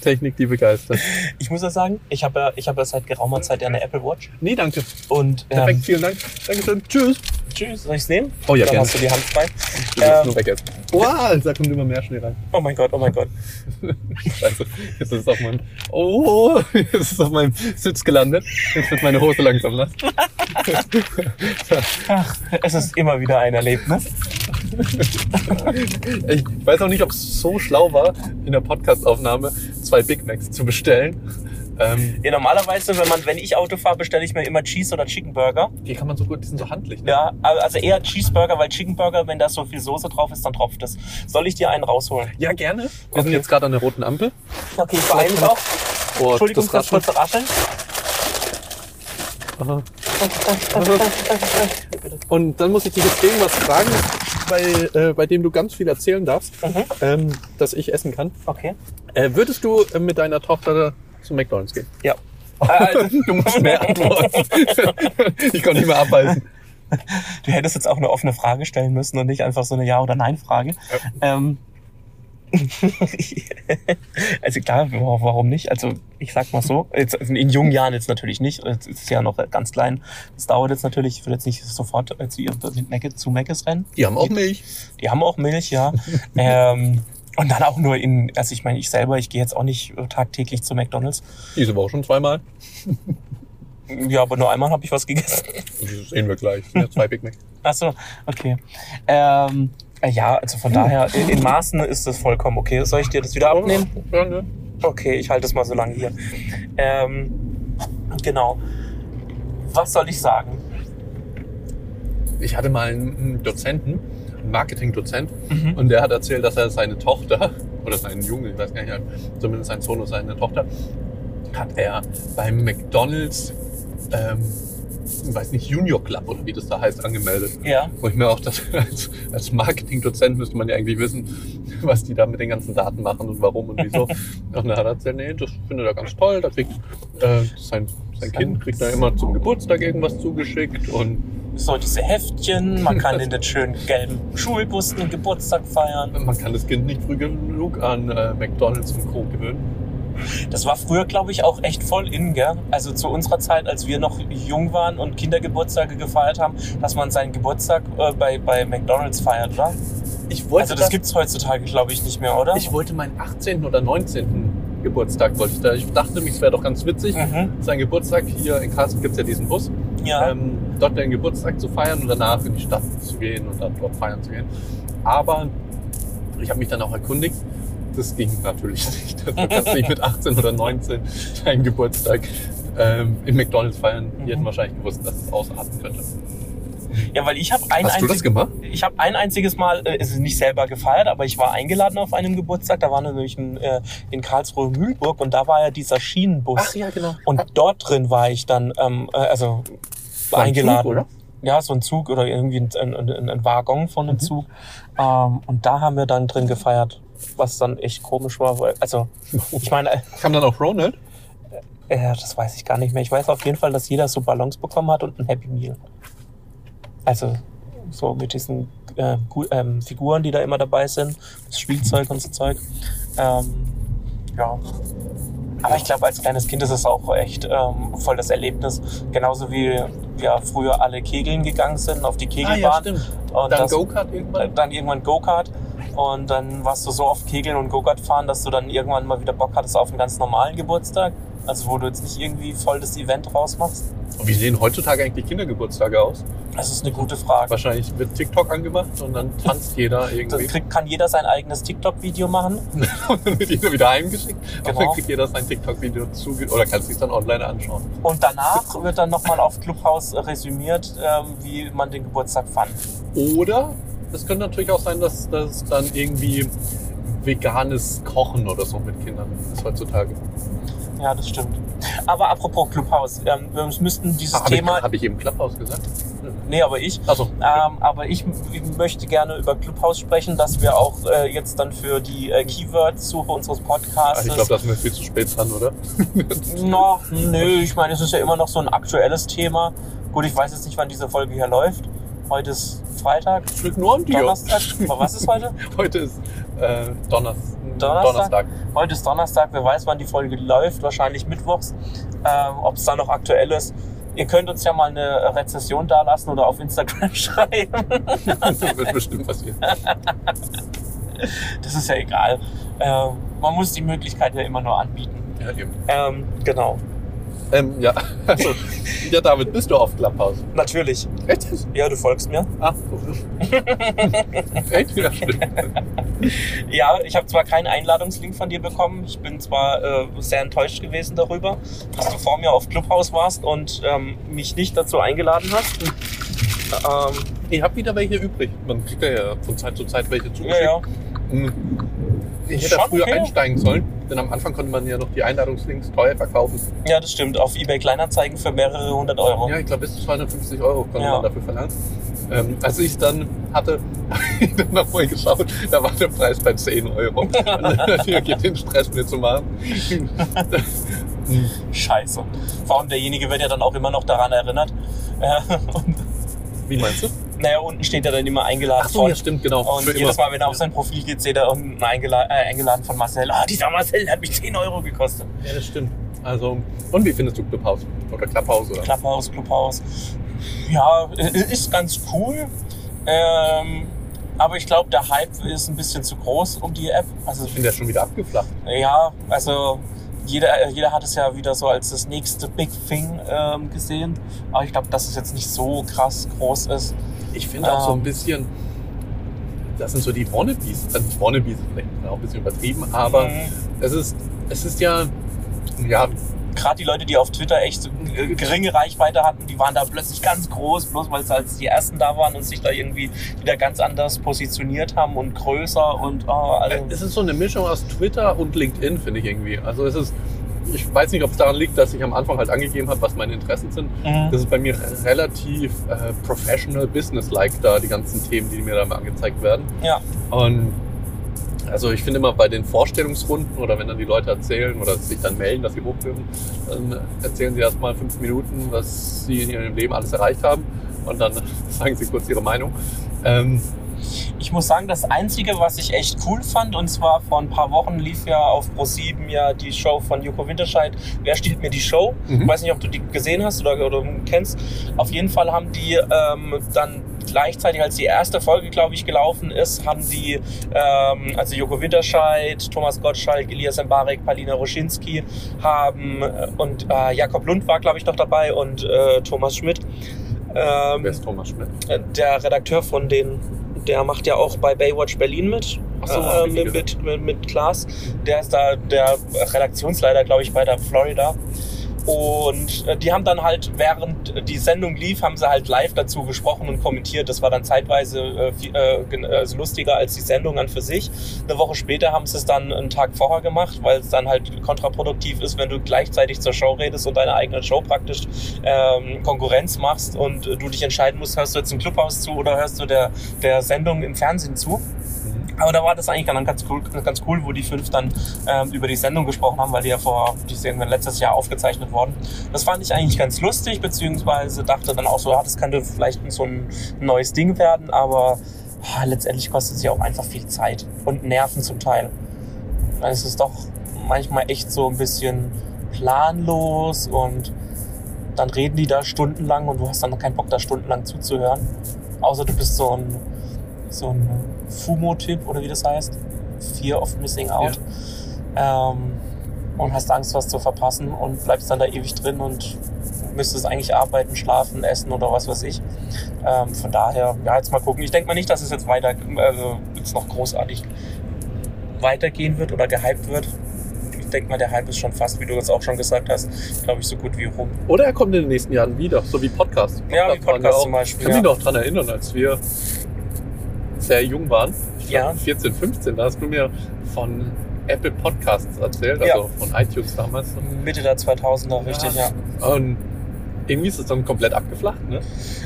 Speaker 1: Technik, die begeistert.
Speaker 2: Ich muss ja sagen, ich habe ja, ich habe ja seit geraumer Zeit ja eine Apple Watch.
Speaker 1: Nee, danke.
Speaker 2: Und
Speaker 1: Perfekt,
Speaker 2: ähm,
Speaker 1: vielen Dank. Dankeschön. Tschüss.
Speaker 2: tschüss, soll ich es nehmen?
Speaker 1: Oh ja,
Speaker 2: Dann
Speaker 1: gerne.
Speaker 2: hast du die Hand frei.
Speaker 1: Du wirst
Speaker 2: Ähm.
Speaker 1: nur weg jetzt. Wow, da kommt immer mehr Schnee rein.
Speaker 2: Oh mein Gott, oh mein Gott.
Speaker 1: Scheiße. Jetzt ist es auf meinem. Oh, jetzt ist es auf meinem Sitz gelandet. Jetzt wird meine Hose langsam nass.
Speaker 2: Ach, es ist immer wieder ein Erlebnis.
Speaker 1: Ne? Ich weiß auch nicht, ob es so schlau war, in der Podcast-Aufnahme zwei Big Macs zu bestellen. Ähm,
Speaker 2: Ja, normalerweise, wenn man, wenn ich Auto fahre, bestelle ich mir immer Cheese oder Chicken Burger.
Speaker 1: die kann man so gut, die sind so handlich. Ne?
Speaker 2: Ja, also eher Cheeseburger, weil Chicken Burger, wenn da so viel Soße drauf ist, dann tropft es. Soll ich dir einen rausholen?
Speaker 1: Ja, gerne. Wir
Speaker 2: Okay.
Speaker 1: sind jetzt gerade an der roten Ampel.
Speaker 2: Okay, ich beeile mich auch.
Speaker 1: Oh,
Speaker 2: Entschuldigung, das
Speaker 1: Rascheln.
Speaker 2: kurze Rascheln.
Speaker 1: Aha. Und dann muss ich dich jetzt gegen was fragen, bei, äh, bei dem du ganz viel erzählen darfst,
Speaker 2: Mhm.
Speaker 1: ähm, dass ich essen kann.
Speaker 2: Okay.
Speaker 1: Äh, würdest du äh, mit deiner Tochter zu McDonalds gehen?
Speaker 2: Ja. Äh,
Speaker 1: Du musst mehr antworten. ich kann nicht mehr abweisen.
Speaker 2: Du hättest jetzt auch eine offene Frage stellen müssen und nicht einfach so eine Ja- oder Nein-Frage. Ähm, also klar, wa- warum nicht? Also ich sag mal so, jetzt, in jungen Jahren jetzt natürlich nicht, jetzt ist sie ja noch ganz klein. Das dauert jetzt natürlich, ich will jetzt nicht sofort äh, zu, ihr, mit Mac, zu Macis rennen.
Speaker 1: Die haben auch Milch.
Speaker 2: Die haben auch Milch, ja. ähm, und dann auch nur in, also ich meine, ich selber, ich gehe jetzt auch nicht äh, tagtäglich zu McDonalds.
Speaker 1: Diese Woche schon zweimal.
Speaker 2: Ja, aber nur einmal habe ich was gegessen.
Speaker 1: Das sehen wir gleich. Ja, zwei Big Macs.
Speaker 2: Ach so, okay. Ähm, äh, ja, also von daher, in, in Maßen ist das vollkommen okay. Soll ich dir das wieder abnehmen?
Speaker 1: Ja, ne?
Speaker 2: Okay, ich halte es mal so lange hier. Ähm, genau. Was soll ich sagen?
Speaker 1: Ich hatte mal einen Dozenten, einen Marketing-Dozent, und der hat erzählt, dass er seine Tochter, oder seinen Jungen, ich weiß gar nicht, zumindest sein Sohn oder seine Tochter, hat er beim McDonalds, ähm, ich weiß nicht, Junior Club oder wie das da heißt, angemeldet.
Speaker 2: Ja,
Speaker 1: Wo ich mir auch das als, als Marketing-Dozent müsste man ja eigentlich wissen, was die da mit den ganzen Daten machen und warum und wieso. und dann hat er erzählt, nee, das findet er ganz toll. Da kriegt äh, sein, sein Kind kriegt da immer zum Geburtstag irgendwas zugeschickt und
Speaker 2: so diese Heftchen, man kann in den schönen gelben Schulbussen den Geburtstag feiern.
Speaker 1: Man kann das Kind nicht früh genug an äh, McDonalds und Co. gewöhnen.
Speaker 2: Das war früher, glaube ich, auch echt voll in, gell? Also zu unserer Zeit, als wir noch jung waren und Kindergeburtstage gefeiert haben, dass man seinen Geburtstag äh, bei, bei McDonalds feiert, oder?
Speaker 1: Ich wollte,
Speaker 2: Also das gibt's heutzutage, glaube ich, nicht mehr, oder?
Speaker 1: ich wollte meinen 18. oder 19. Geburtstag. Wollte ich, da. ich dachte nämlich, es wäre doch ganz witzig.
Speaker 2: Mhm.
Speaker 1: Sein Geburtstag hier in Karlsruhe gibt's ja diesen Bus.
Speaker 2: Ja.
Speaker 1: Ähm, dort den Geburtstag zu feiern und danach in die Stadt zu gehen und dann dort feiern zu gehen. Aber ich habe mich dann auch erkundigt. Das ging natürlich nicht. Du kannst nicht mit 18 oder 19 deinen Geburtstag ähm, im McDonalds feiern. Die hätten wahrscheinlich gewusst, dass es ausarten könnte.
Speaker 2: ja, weil ich habe ein,
Speaker 1: Hast du das
Speaker 2: einzig,
Speaker 1: gemacht?
Speaker 2: ich hab ein einziges Mal, äh, es ist nicht selber gefeiert, aber ich war eingeladen auf einem Geburtstag. Da war nämlich ein, äh, in Karlsruhe Mühlburg und da war ja dieser Schienenbus.
Speaker 1: ja, genau.
Speaker 2: Und dort drin war ich dann, ähm, äh, also
Speaker 1: War ein
Speaker 2: eingeladen.
Speaker 1: Zug, oder?
Speaker 2: Ja, so ein Zug oder irgendwie ein, ein, ein, ein Waggon von
Speaker 1: Mhm.
Speaker 2: einem Zug. Ähm, und da haben wir dann drin gefeiert, was dann echt komisch war. Weil, also, ich meine, äh,
Speaker 1: Kam dann auch Ronald?
Speaker 2: Äh, das weiß ich gar nicht mehr. Ich weiß auf jeden Fall, dass jeder so Ballons bekommen hat und ein Happy Meal. Also so mit diesen äh, cool, ähm, Figuren, die da immer dabei sind, das Spielzeug und so Zeug. Ähm, ja. Aber ich glaube, als kleines Kind ist es auch echt ähm, voll das Erlebnis. Genauso wie wir früher alle Kegeln gegangen sind, auf die
Speaker 1: Ah,
Speaker 2: Kegelbahn.
Speaker 1: ja, stimmt.
Speaker 2: Und
Speaker 1: Dann
Speaker 2: das-
Speaker 1: Go-Kart irgendwann.
Speaker 2: dann irgendwann Go-Kart. Und dann warst du so oft Kegeln und Go-Kart fahren, dass du dann irgendwann mal wieder Bock hattest auf einen ganz normalen Geburtstag. Also wo du jetzt nicht irgendwie voll das Event rausmachst.
Speaker 1: Und wie sehen heutzutage eigentlich Kindergeburtstage aus?
Speaker 2: Das ist eine gute Frage.
Speaker 1: Wahrscheinlich wird TikTok angemacht und dann tanzt jeder
Speaker 2: Dann
Speaker 1: irgendwie.
Speaker 2: kriegt, kann jeder sein eigenes TikTok-Video machen.
Speaker 1: Und dann wird jeder wieder heimgeschickt. Und dann
Speaker 2: Genau.
Speaker 1: kriegt jeder sein TikTok-Video zuge... Oder kann sich dann online anschauen.
Speaker 2: Und danach wird dann nochmal auf Clubhouse resümiert, ähm, wie man den Geburtstag fand.
Speaker 1: Oder es könnte natürlich auch sein, dass das dann irgendwie veganes Kochen oder so mit Kindern ist heutzutage.
Speaker 2: Ja, das stimmt. Aber apropos Clubhouse, ähm, wir müssten dieses
Speaker 1: Habe ich,
Speaker 2: Thema...
Speaker 1: Ah, hab ich eben Klapphaus gesagt? Also,
Speaker 2: Nee, aber ich.
Speaker 1: Achso.
Speaker 2: Ähm, aber ich, m- ich möchte gerne über Clubhouse sprechen, dass wir auch äh, jetzt dann für die äh, Keyword-Suche unseres
Speaker 1: Ah,
Speaker 2: Podcasts.
Speaker 1: ich glaube, da sind wir viel zu spät dran, oder?
Speaker 2: no, nö, ich meine, es ist ja immer noch so ein aktuelles Thema. Gut, ich weiß jetzt nicht, wann diese Folge hier läuft. Heute ist Freitag,
Speaker 1: Glück nur um am Dio.
Speaker 2: Donnerstag. Aber Was ist heute?
Speaker 1: Heute ist äh, Donners
Speaker 2: Donnerstag? Heute ist Donnerstag, wer weiß, wann die Folge läuft, wahrscheinlich mittwochs, ähm, ob es da noch aktuell ist. Ihr könnt uns ja mal eine Rezession dalassen oder auf Instagram schreiben.
Speaker 1: Donnerstag. wird bestimmt passieren.
Speaker 2: Das ist ja egal. Ähm, man muss die Möglichkeit ja immer nur anbieten.
Speaker 1: Ja, eben.
Speaker 2: Ähm, genau.
Speaker 1: Ähm, ja. Also, ja, David, bist du auf Clubhouse?
Speaker 2: Natürlich.
Speaker 1: Echt?
Speaker 2: Ja, du folgst mir.
Speaker 1: Ach so. Echt? Ja, stimmt.
Speaker 2: Ja, ich habe zwar keinen Einladungslink von dir bekommen. Ich bin zwar äh, sehr enttäuscht gewesen darüber, dass du vor mir auf Clubhouse warst und ähm, mich nicht dazu eingeladen hast. Ähm,
Speaker 1: Ich habe wieder welche übrig. Man kriegt ja von Zeit zu Zeit welche zugeschickt.
Speaker 2: ja, ja.
Speaker 1: Hm. Ich hätte
Speaker 2: Schon
Speaker 1: früher
Speaker 2: okay.
Speaker 1: einsteigen sollen, denn am Anfang konnte man ja noch die Einladungslinks teuer verkaufen.
Speaker 2: ja, das stimmt. Auf eBay Kleinanzeigen für mehrere hundert Euro.
Speaker 1: Ja, ich glaube, bis zu 250 Euro konnte
Speaker 2: Ja.
Speaker 1: man dafür verlangen. Ähm, als ich dann hatte, ich dann nochmal geschaut, da war der Preis bei 10 Euro. Und dann geht den Stress mir zu machen.
Speaker 2: Scheiße. Vor allem derjenige wird ja dann auch immer noch daran erinnert. Äh, und,
Speaker 1: Wie meinst du?
Speaker 2: naja, unten steht ja dann immer eingeladen.
Speaker 1: Ach so,
Speaker 2: von-
Speaker 1: ja, stimmt, genau.
Speaker 2: Und
Speaker 1: Für immer.
Speaker 2: jedes Mal, wenn er auf sein Profil geht, seht er unten eingeladen, äh, eingeladen von Marcel. Ah, dieser Marcel hat mich 10 Euro gekostet.
Speaker 1: Ja, das stimmt. Also, und wie findest du Clubhouse? Oder Clubhouse, oder?
Speaker 2: Klapphaus, Clubhaus. Ja, i- i- ist ganz cool. Ähm, aber ich glaube, der Hype ist ein bisschen zu groß um die App. Also,
Speaker 1: Ich bin ja schon wieder abgeflacht.
Speaker 2: ja, also jeder, äh, jeder hat es ja wieder so als das nächste Big Thing ähm, gesehen. Aber ich glaube, dass es jetzt nicht so krass groß ist.
Speaker 1: Ich finde auch so ein
Speaker 2: Ähm.
Speaker 1: bisschen, das sind so die Wannabes. Also, nicht Wannabes ist vielleicht auch ein bisschen übertrieben, aber
Speaker 2: Mhm.
Speaker 1: es ist, es ist ja, ja,
Speaker 2: gerade die Leute, die auf Twitter echt so äh, geringe Reichweite hatten, die waren da plötzlich ganz groß, bloß weil sie als die Ersten da waren und sich da irgendwie wieder ganz anders positioniert haben und größer und oh,
Speaker 1: Äh,
Speaker 2: alle.
Speaker 1: Es ist so eine Mischung aus Twitter und LinkedIn, finde ich irgendwie. Also es ist, ich weiß nicht, ob es daran liegt, dass ich am Anfang halt angegeben habe, was meine Interessen sind.
Speaker 2: Mhm.
Speaker 1: Äh, Das ist bei mir relativ äh, professional, business-like da, die ganzen Themen, die mir da mal angezeigt werden.
Speaker 2: Ja.
Speaker 1: Und also ich finde immer bei den Vorstellungsrunden oder wenn dann die Leute erzählen oder sich dann melden, dass sie hochkommen, dann erzählen sie erstmal fünf Minuten, was sie in ihrem Leben alles erreicht haben. Und dann sagen sie kurz ihre Meinung. Ähm,
Speaker 2: Ich muss sagen, das Einzige, was ich echt cool fand, und zwar vor ein paar Wochen lief ja auf Pro7 ja die Show von Joko Winterscheid. Wer steht mir die Show? Ich weiß nicht, ob du die gesehen hast oder, oder kennst. Auf jeden Fall haben die ähm, dann gleichzeitig, als die erste Folge, glaube ich, gelaufen ist, haben die, ähm, also Joko Winterscheid, Thomas Gottschalk, Elias Mbarek, Palina Roschinski haben äh, und äh, Jakob Lund war, glaube ich, noch dabei und äh, Thomas Schmidt. Ähm,
Speaker 1: Wer ist Thomas Schmidt?
Speaker 2: äh, der Redakteur von den, der macht ja auch bei Baywatch Berlin mit.
Speaker 1: Ach so, hab
Speaker 2: äh,
Speaker 1: ich
Speaker 2: mit,
Speaker 1: nicht
Speaker 2: mit, mit, mit Klaas. Der ist da der Redaktionsleiter, glaube ich, bei der Florida. Und äh, die haben dann halt, während die Sendung lief, haben sie halt live dazu gesprochen und kommentiert. Das war dann zeitweise äh, viel, äh, gen- äh, also lustiger als die Sendung an für sich. Eine Woche später haben sie es dann einen Tag vorher gemacht, weil es dann halt kontraproduktiv ist, wenn du gleichzeitig zur Show redest und deiner eigenen Show praktisch ähm, Konkurrenz machst und äh, du dich entscheiden musst, hörst du jetzt im Clubhaus zu oder hörst du der, der Sendung im Fernsehen zu. Aber da war das eigentlich dann ganz cool, ganz cool wo die fünf dann ähm, über die Sendung gesprochen haben, weil die ja vor, die ist irgendwann letztes Jahr aufgezeichnet worden. Das fand ich eigentlich ganz lustig, beziehungsweise dachte dann auch so, ja, das könnte vielleicht so ein neues Ding werden, aber ah, letztendlich kostet sie auch einfach viel Zeit und Nerven zum Teil. Dann ist es doch manchmal echt so ein bisschen planlos und dann reden die da stundenlang und du hast dann keinen Bock, da stundenlang zuzuhören. Außer du bist so ein, so ein FUMO-Typ oder wie das heißt. Fear of Missing Out. Ähm, und hast Angst, was zu verpassen und bleibst dann da ewig drin und müsstest eigentlich arbeiten, schlafen, essen oder was weiß ich. Ähm, von daher, ja, jetzt mal gucken. Ich denke mal nicht, dass es jetzt weiter, also jetzt noch großartig weitergehen wird oder gehypt wird. Ich denke mal, der Hype ist schon fast, wie du das auch schon gesagt hast, glaube ich, so gut wie rum.
Speaker 1: Oder er kommt in den nächsten Jahren wieder, so wie Podcast.
Speaker 2: Ja, wie
Speaker 1: waren wir
Speaker 2: Podcast
Speaker 1: auch.
Speaker 2: zum Beispiel,
Speaker 1: Ich kann
Speaker 2: ja.
Speaker 1: mich noch dran erinnern, als wir sehr jung waren, ich
Speaker 2: Ja.
Speaker 1: glaube 14, 15, da hast du mir von Apple Podcasts erzählt,
Speaker 2: Ja.
Speaker 1: also von iTunes damals.
Speaker 2: Mitte der 2000er, richtig, ja.
Speaker 1: Und irgendwie ist es dann komplett abgeflacht,
Speaker 2: Ähm,
Speaker 1: ne?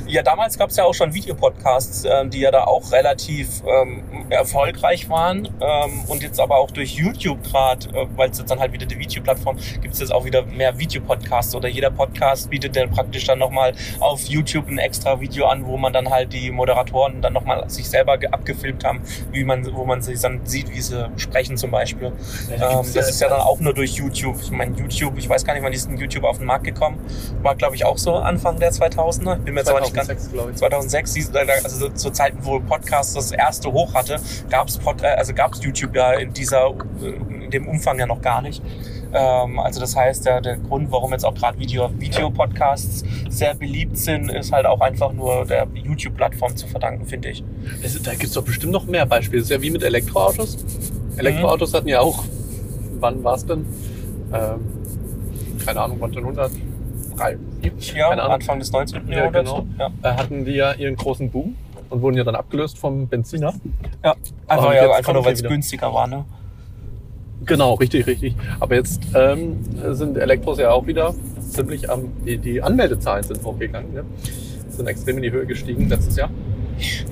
Speaker 2: Ja, damals gab es ja auch schon Videopodcasts, ähm, die ja da auch relativ ähm, erfolgreich waren. Ähm, und jetzt aber auch durch YouTube gerade, äh, weil es jetzt dann halt wieder die Videoplattform gibt es jetzt auch wieder mehr Videopodcasts oder jeder Podcast bietet dann praktisch dann nochmal auf YouTube ein extra Video an, wo man dann halt die Moderatoren dann nochmal sich selber ge- abgefilmt haben, wie man, wo man sich dann sieht, wie sie sprechen zum Beispiel.
Speaker 1: da
Speaker 2: Ähm,
Speaker 1: gibt's
Speaker 2: das ist ja dann auch nur durch YouTube. Ich meine, YouTube, ich weiß gar nicht, wann ist denn YouTube auf den Markt gekommen? War, glaube ich, auch so Anfang der 2000er. Ich bin mir jetzt aber nicht ganz
Speaker 1: 2006, glaube ich.
Speaker 2: 2006, dies- also so zur Zeit, wo Podcast das erste hoch hatte, gab es also gab's YouTube ja in dieser äh, in dem Umfang ja noch gar nicht. Ähm, also das heißt, der, der Grund, warum jetzt auch gerade Video, Videopodcasts sehr beliebt sind, ist halt auch einfach nur der YouTube-Plattform zu verdanken, finde ich.
Speaker 1: Also, da gibt es doch bestimmt noch mehr Beispiele. Das ist ja wie mit Elektroautos. Elektroautos hatten ja auch, wann war es denn? Ähm, keine Ahnung, wann denn 103?
Speaker 2: Ja,
Speaker 1: keine Ahnung.
Speaker 2: Anfang des 19.
Speaker 1: Ja,
Speaker 2: Jahrhunderts.
Speaker 1: genau.
Speaker 2: Ja.
Speaker 1: Äh, hatten die ja ihren großen Boom und wurden ja dann abgelöst vom Benziner.
Speaker 2: Einfach,
Speaker 1: Und
Speaker 2: ja,
Speaker 1: jetzt
Speaker 2: einfach
Speaker 1: kommt
Speaker 2: nur,
Speaker 1: sie
Speaker 2: weil es
Speaker 1: wieder.
Speaker 2: günstiger war. Ne?
Speaker 1: Genau, richtig, richtig. Aber jetzt ähm, sind Elektros ja auch wieder ziemlich am, die, die Anmeldezahlen sind hochgegangen, ne? sind extrem in die Höhe gestiegen letztes Jahr.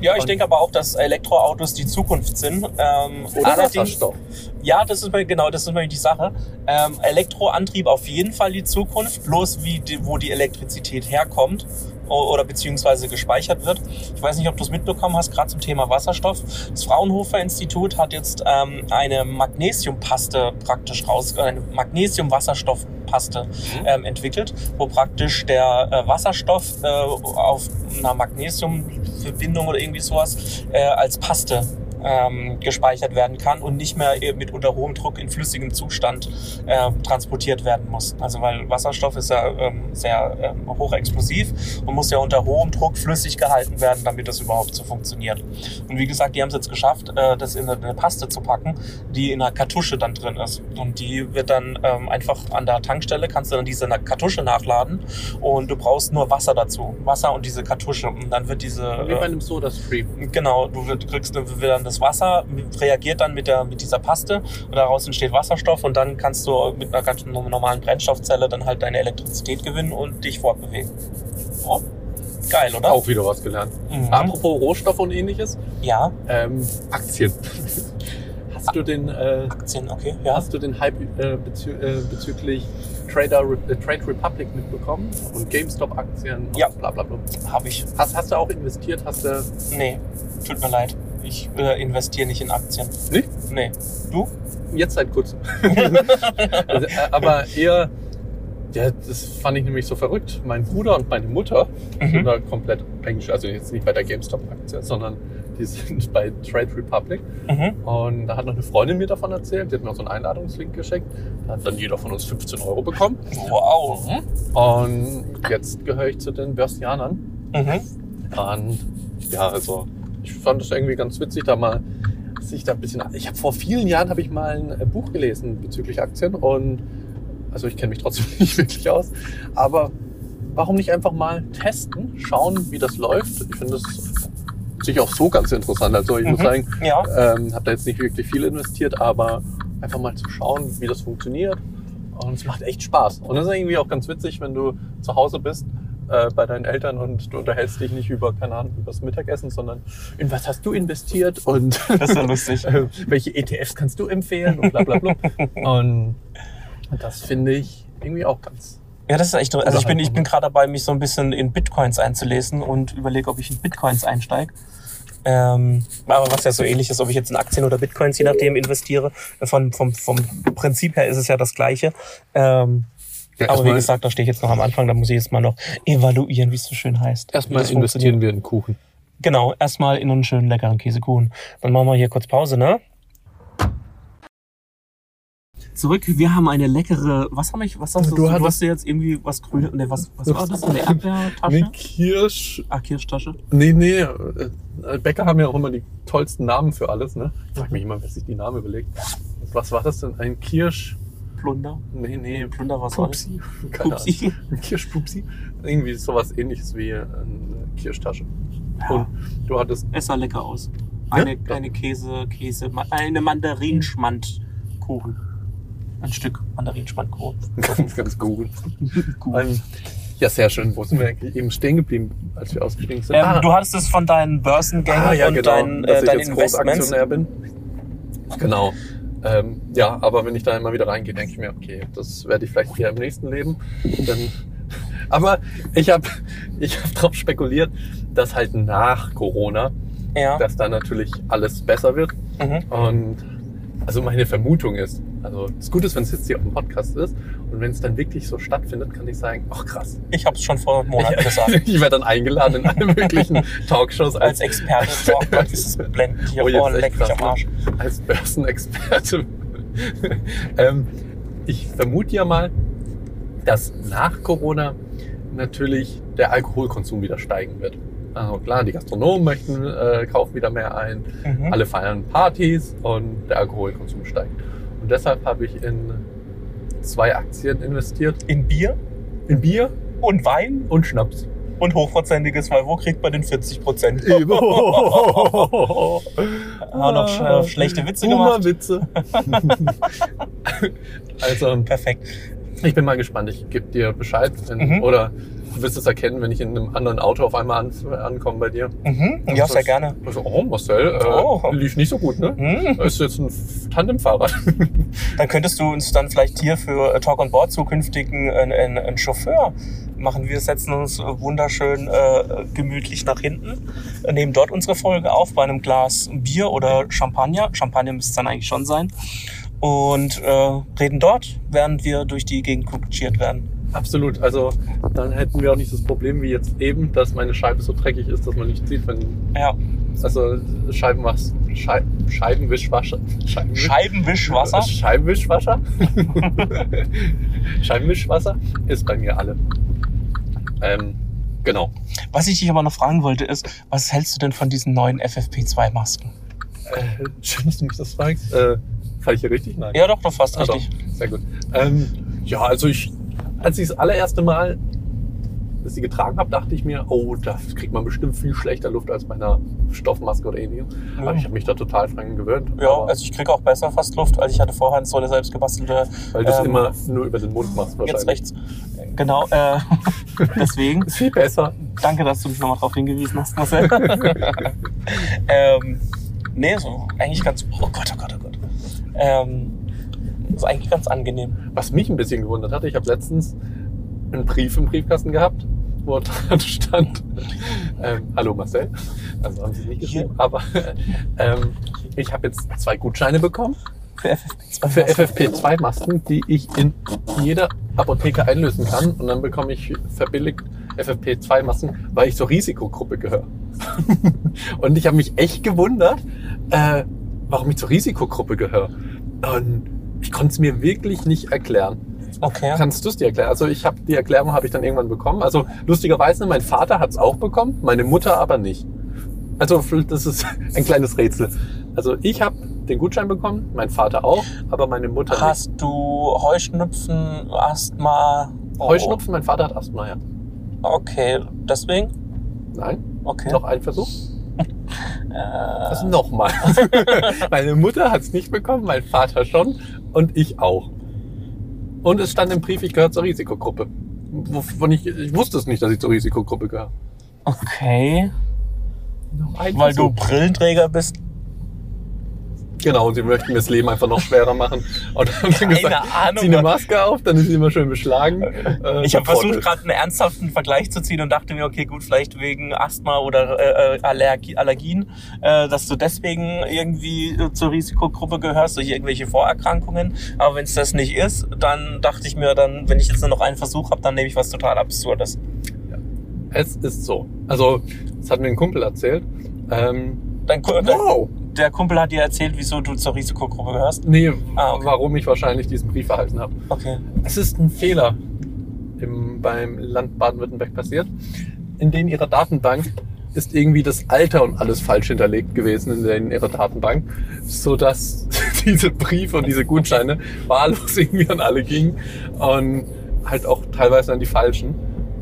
Speaker 2: Ja, ich
Speaker 1: Und-
Speaker 2: denke aber auch, dass Elektroautos die Zukunft sind. Ähm,
Speaker 1: Oder Wasserstoff.
Speaker 2: Ja, das ist mir- genau, das ist nämlich die Sache. Ähm, Elektroantrieb auf jeden Fall die Zukunft, bloß wie die, wo die Elektrizität herkommt o- oder beziehungsweise gespeichert wird. Ich weiß nicht, ob du es mitbekommen hast, gerade zum Thema Wasserstoff. Das Fraunhofer Institut hat jetzt ähm, eine Magnesiumpaste praktisch raus, äh, eine Magnesium-Wasserstoffpaste ähm, entwickelt, wo praktisch der äh, Wasserstoff äh, auf einer Magnesiumverbindung oder irgendwie sowas äh, als Paste ähm, gespeichert werden kann und nicht mehr eben mit unter hohem Druck in flüssigem Zustand äh, transportiert werden muss. Also weil Wasserstoff ist ja ähm, sehr ähm, hochexplosiv und muss ja unter hohem Druck flüssig gehalten werden, damit das überhaupt so funktioniert. Und wie gesagt, die haben es jetzt geschafft, äh, das in eine Paste zu packen, die in einer Kartusche dann drin ist. Und die wird dann ähm, einfach an der Tankstelle, kannst du dann diese na- Kartusche nachladen und du brauchst nur Wasser dazu. Wasser und diese Kartusche. Und dann wird diese...
Speaker 1: Wie bei
Speaker 2: äh,
Speaker 1: einem Soda-Stream.
Speaker 2: Genau, du wird- kriegst dann wieder das Wasser, reagiert dann mit, der, mit dieser Paste und daraus entsteht Wasserstoff und dann kannst du mit einer ganz normalen Brennstoffzelle dann halt deine Elektrizität gewinnen und dich fortbewegen. Ja. Geil, oder?
Speaker 1: Auch wieder was gelernt.
Speaker 2: Mhm.
Speaker 1: Apropos Rohstoff und ähnliches,
Speaker 2: Ja,
Speaker 1: ähm, Aktien. Hast du den, äh,
Speaker 2: Aktien, okay, ja.
Speaker 1: hast du den Hype äh, bezü äh, bezüglich Trader, Re- äh, Trade Republic mitbekommen und GameStop-Aktien
Speaker 2: Ja.
Speaker 1: und bla bla bla.
Speaker 2: Habe ich.
Speaker 1: Hast, hast du auch investiert? Hast du
Speaker 2: Nee, tut mir leid. Ich äh, investiere nicht in Aktien.
Speaker 1: Nicht?
Speaker 2: Nee. Du?
Speaker 1: Jetzt seit kurzem. also, äh, aber eher, ja, das fand ich nämlich so verrückt. Mein Bruder und meine Mutter sind da komplett abhängig. Also jetzt nicht bei der GameStop-Aktie, sondern die sind bei Trade Republic.
Speaker 2: Mhm.
Speaker 1: Und da hat noch eine Freundin mir davon erzählt. Die hat mir auch so einen Einladungslink geschickt. Da hat dann jeder von uns 15 Euro bekommen.
Speaker 2: Wow.
Speaker 1: Und jetzt gehöre ich zu den Börsianern.
Speaker 2: Mhm.
Speaker 1: Und ja, also ich fand es irgendwie ganz witzig, da mal sich da ein bisschen. Ich habe vor vielen Jahren habe ich mal ein äh, Buch gelesen bezüglich Aktien und also ich kenne mich trotzdem nicht wirklich aus, aber warum nicht einfach mal testen, schauen, wie das läuft? Ich finde das sicher auch so ganz interessant. Also ich muss
Speaker 2: Mhm.
Speaker 1: sagen,
Speaker 2: Ja.
Speaker 1: ähm, habe da jetzt nicht wirklich viel investiert, aber einfach mal zu schauen, wie das funktioniert. Und es macht echt Spaß. Und das ist irgendwie auch ganz witzig, wenn du zu Hause bist äh, bei deinen Eltern und du unterhältst dich nicht über, keine Ahnung, über das Mittagessen, sondern in was hast du investiert und
Speaker 2: Das ist ja lustig.
Speaker 1: äh, welche ETFs kannst du empfehlen und bla bla bla. und das finde ich irgendwie auch ganz.
Speaker 2: Ja, das ist echt. Also ich
Speaker 1: halt
Speaker 2: bin, ich
Speaker 1: Unterhaltung.
Speaker 2: bin gerade dabei, mich so ein bisschen in Bitcoins einzulesen und überlege, ob ich in Bitcoins einsteige. Ähm, aber was ja so ähnlich ist, ob ich jetzt in Aktien oder Bitcoins, je nachdem investiere, von, vom, vom Prinzip her ist es ja das Gleiche. Ähm,
Speaker 1: Ja,
Speaker 2: aber wie
Speaker 1: erstmal-
Speaker 2: gesagt, da stehe ich jetzt noch am Anfang, da muss ich jetzt mal noch evaluieren, wie es so schön heißt. Wie
Speaker 1: Erstmal
Speaker 2: das funktioniert.
Speaker 1: investieren wir in Kuchen.
Speaker 2: Genau, erstmal in einen schönen leckeren Käsekuchen. Dann machen wir hier kurz Pause, ne? Zurück, wir haben eine leckere, was habe ich, was hast du,
Speaker 1: Du
Speaker 2: du
Speaker 1: hattest-
Speaker 2: hast dir jetzt irgendwie was grünes, ne, was, was war das, eine Erdbeertasche?
Speaker 1: Mit Kirsch.
Speaker 2: Ah, Kirschtasche.
Speaker 1: Nee, nee. äh, Bäcker haben ja auch immer die tollsten Namen für alles, ne? Ich frag mich immer, wer sich die Namen überlegt. Was war das denn? Ein Kirsch?
Speaker 2: Plunder?
Speaker 1: Nee,
Speaker 2: Nee,
Speaker 1: nee.
Speaker 2: Plunder war es auch nicht.
Speaker 1: Pupsi. Keine Ahnung.
Speaker 2: Pupsi.
Speaker 1: Ein Kirschpupsi. Irgendwie sowas ähnliches wie äh, eine Kirschtasche. Und du hattest
Speaker 2: Es sah lecker aus. Eine,
Speaker 1: Ja?
Speaker 2: eine Käse, Käse, Ma- eine Mandarinschmandkuchen. Ein Stück Mandarinschmandkuchen.
Speaker 1: ganz Google. Ähm, ja, sehr schön. Wo sind wir eigentlich eben stehen geblieben, als wir ausgestiegen sind?
Speaker 2: Ähm,
Speaker 1: Ah,
Speaker 2: Du hattest es von deinen Börsengängen
Speaker 1: Ah, ja,
Speaker 2: und
Speaker 1: genau.
Speaker 2: deinen,
Speaker 1: dass
Speaker 2: äh,
Speaker 1: ich
Speaker 2: deinen
Speaker 1: jetzt
Speaker 2: Investments.
Speaker 1: Großaktionär bin. Genau. Ähm, ja, aber wenn ich da immer wieder reingehe, denke ich mir, okay, das werde ich vielleicht hier im nächsten Leben. Dann, aber ich habe ich hab darauf spekuliert, dass halt nach Corona,
Speaker 2: Ja.
Speaker 1: dass da natürlich alles besser wird.
Speaker 2: Mhm.
Speaker 1: Und also meine Vermutung ist, also das Gute ist, wenn es jetzt hier auf dem Podcast ist und wenn es dann wirklich so stattfindet, kann ich sagen, ach krass.
Speaker 2: Ich habe es schon vor Monaten gesagt.
Speaker 1: ich werde dann eingeladen in alle möglichen Talkshows
Speaker 2: Als
Speaker 1: als,
Speaker 2: Experte. Boah, Gott, dieses Blenden hier.
Speaker 1: Oh,
Speaker 2: Oh,
Speaker 1: jetzt echt
Speaker 2: leck mich
Speaker 1: krass,
Speaker 2: am Arsch.
Speaker 1: als Börsenexperte. ähm, ich vermute ja mal, dass nach Corona natürlich der Alkoholkonsum wieder steigen wird. Also klar, die Gastronomen möchten, äh, kaufen wieder mehr ein,
Speaker 2: Mhm.
Speaker 1: alle feiern Partys und der Alkoholkonsum steigt. Und deshalb habe ich in zwei Aktien investiert.
Speaker 2: In Bier
Speaker 1: In Bier
Speaker 2: und Wein
Speaker 1: und Schnaps.
Speaker 2: und hochprozentiges, weil wo kriegt man den 40 Prozent?
Speaker 1: Haben
Speaker 2: Haben noch sch äh, schlechte Witze gemacht.
Speaker 1: Witze. also,
Speaker 2: Perfekt.
Speaker 1: ich bin mal gespannt. Ich gebe dir Bescheid. Wenn,
Speaker 2: Mhm.
Speaker 1: Oder du wirst es erkennen, wenn ich in einem anderen Auto auf einmal an, ankomme bei dir.
Speaker 2: Mhm. Ja, sehr gerne.
Speaker 1: Also, oh, Marcel, äh,
Speaker 2: Oh.
Speaker 1: lief nicht so gut, ne?
Speaker 2: Mhm.
Speaker 1: Ist jetzt ein Tandemfahrer.
Speaker 2: Dann könntest du uns dann vielleicht hier für äh, Talk on Board zukünftigen äh, einen, einen, einen Chauffeur machen. Wir setzen uns äh, wunderschön äh, gemütlich nach hinten, äh, nehmen dort unsere Folge auf bei einem Glas Bier oder Champagner. Champagner müsste es dann eigentlich schon sein. Und äh, reden dort, während wir durch die Gegend kutschiert werden.
Speaker 1: Absolut. Also, dann hätten wir auch nicht das Problem wie jetzt eben, dass meine Scheibe so dreckig ist, dass man nicht sieht, wenn.
Speaker 2: Ja,
Speaker 1: Also, Scheibenwachs. Schei Scheibenwischwasche. Scheibenwisch-
Speaker 2: Scheibenwischwasser.
Speaker 1: Also Scheibenwischwasser. Scheibenwischwasser ist bei mir alle. Ähm, genau.
Speaker 2: Was ich dich aber noch fragen wollte ist, was hältst du denn von diesen neuen FFP2-Masken?
Speaker 1: Äh, schön, dass du mich das fragst. Äh, fand ich hier richtig? Nein.
Speaker 2: Ja, doch, doch, fast
Speaker 1: Ah, doch.
Speaker 2: richtig.
Speaker 1: Sehr gut. Ähm, ja, also ich, als ich das allererste Mal dass sie getragen habe, dachte ich mir, oh, da kriegt man bestimmt viel schlechter Luft als bei einer Stoffmaske oder ähnlichem. Aber ich habe mich da total dran gewöhnt.
Speaker 2: Ja,
Speaker 1: aber,
Speaker 2: also ich kriege auch besser fast Luft, als ich hatte vorher so eine selbstgebastelte
Speaker 1: weil du es
Speaker 2: ähm,
Speaker 1: immer nur über den Mund machst wahrscheinlich.
Speaker 2: jetzt rechts. Genau, äh, deswegen.
Speaker 1: Ist viel besser.
Speaker 2: Danke, dass du mich nochmal darauf hingewiesen hast, Marcel. ähm, nee, so eigentlich ganz. Oh Gott, oh Gott, oh Gott. Ähm, ist eigentlich ganz angenehm.
Speaker 1: Was mich ein bisschen gewundert hatte, ich habe letztens einen Brief im Briefkasten gehabt, wo dran stand, ähm, hallo Marcel, also haben sie es nicht geschrieben, aber ähm, ich habe jetzt zwei Gutscheine bekommen
Speaker 2: Für FFP2.
Speaker 1: für FFP2-Masken, die ich in jeder Apotheke einlösen kann und dann bekomme ich verbilligt FFP2-Masken, weil ich zur Risikogruppe gehöre. und ich habe mich echt gewundert, äh, warum ich zur Risikogruppe gehöre. Und ich konnte es mir wirklich nicht erklären.
Speaker 2: Okay.
Speaker 1: Kannst du es dir erklären? Also ich habe die Erklärung habe ich dann irgendwann bekommen. Also lustigerweise, mein Vater hat es auch bekommen, meine Mutter aber nicht. Also das ist ein kleines Rätsel. Also ich habe den Gutschein bekommen, mein Vater auch, aber meine Mutter nicht.
Speaker 2: Hast du Heuschnupfen, Asthma? Oh,
Speaker 1: Heuschnupfen, mein Vater hat Asthma, ja.
Speaker 2: Okay, deswegen?
Speaker 1: Nein,
Speaker 2: Okay.
Speaker 1: noch ein Versuch.
Speaker 2: Äh,
Speaker 1: Also nochmal. meine Mutter hat es nicht bekommen, mein Vater schon und ich auch. Und es stand im Brief, ich gehöre zur Risikogruppe. Wovon ich, ich wusste es nicht, dass ich zur Risikogruppe gehöre.
Speaker 2: okay.
Speaker 1: Noch ein
Speaker 2: Weil du
Speaker 1: Versuch.
Speaker 2: Brillenträger bist.
Speaker 1: Genau, und sie möchten mir das Leben einfach noch schwerer machen. Und dann haben sie
Speaker 2: Keine
Speaker 1: gesagt,
Speaker 2: Ahnung,
Speaker 1: zieh eine
Speaker 2: Mann.
Speaker 1: Maske auf, dann ist sie immer schön beschlagen. Äh,
Speaker 2: Ich habe versucht,
Speaker 1: Trottel.
Speaker 2: gerade einen ernsthaften Vergleich zu ziehen und dachte mir, okay, gut, vielleicht wegen Asthma oder äh, äh, Allergie, Allergien, äh, dass du deswegen irgendwie äh, zur Risikogruppe gehörst durch irgendwelche Vorerkrankungen. Aber wenn es das nicht ist, dann dachte ich mir, dann, wenn ich jetzt nur noch einen Versuch habe, dann nehme ich was total Absurdes.
Speaker 1: Es ist so. Also, das hat mir ein Kumpel erzählt. Ähm,
Speaker 2: Dein, Ku- de-
Speaker 1: wow!
Speaker 2: der Kumpel hat dir erzählt, wieso du zur Risikogruppe gehörst.
Speaker 1: Nee,
Speaker 2: Ah, okay.
Speaker 1: warum ich wahrscheinlich diesen Brief erhalten habe.
Speaker 2: Okay.
Speaker 1: Es ist ein Fehler im, beim Land Baden-Württemberg passiert. In denen ihrer Datenbank ist irgendwie das Alter und alles falsch hinterlegt gewesen in, den, ihrer Datenbank, so dass diese Briefe und diese Gutscheine wahllos irgendwie an alle gingen und halt auch teilweise an die falschen.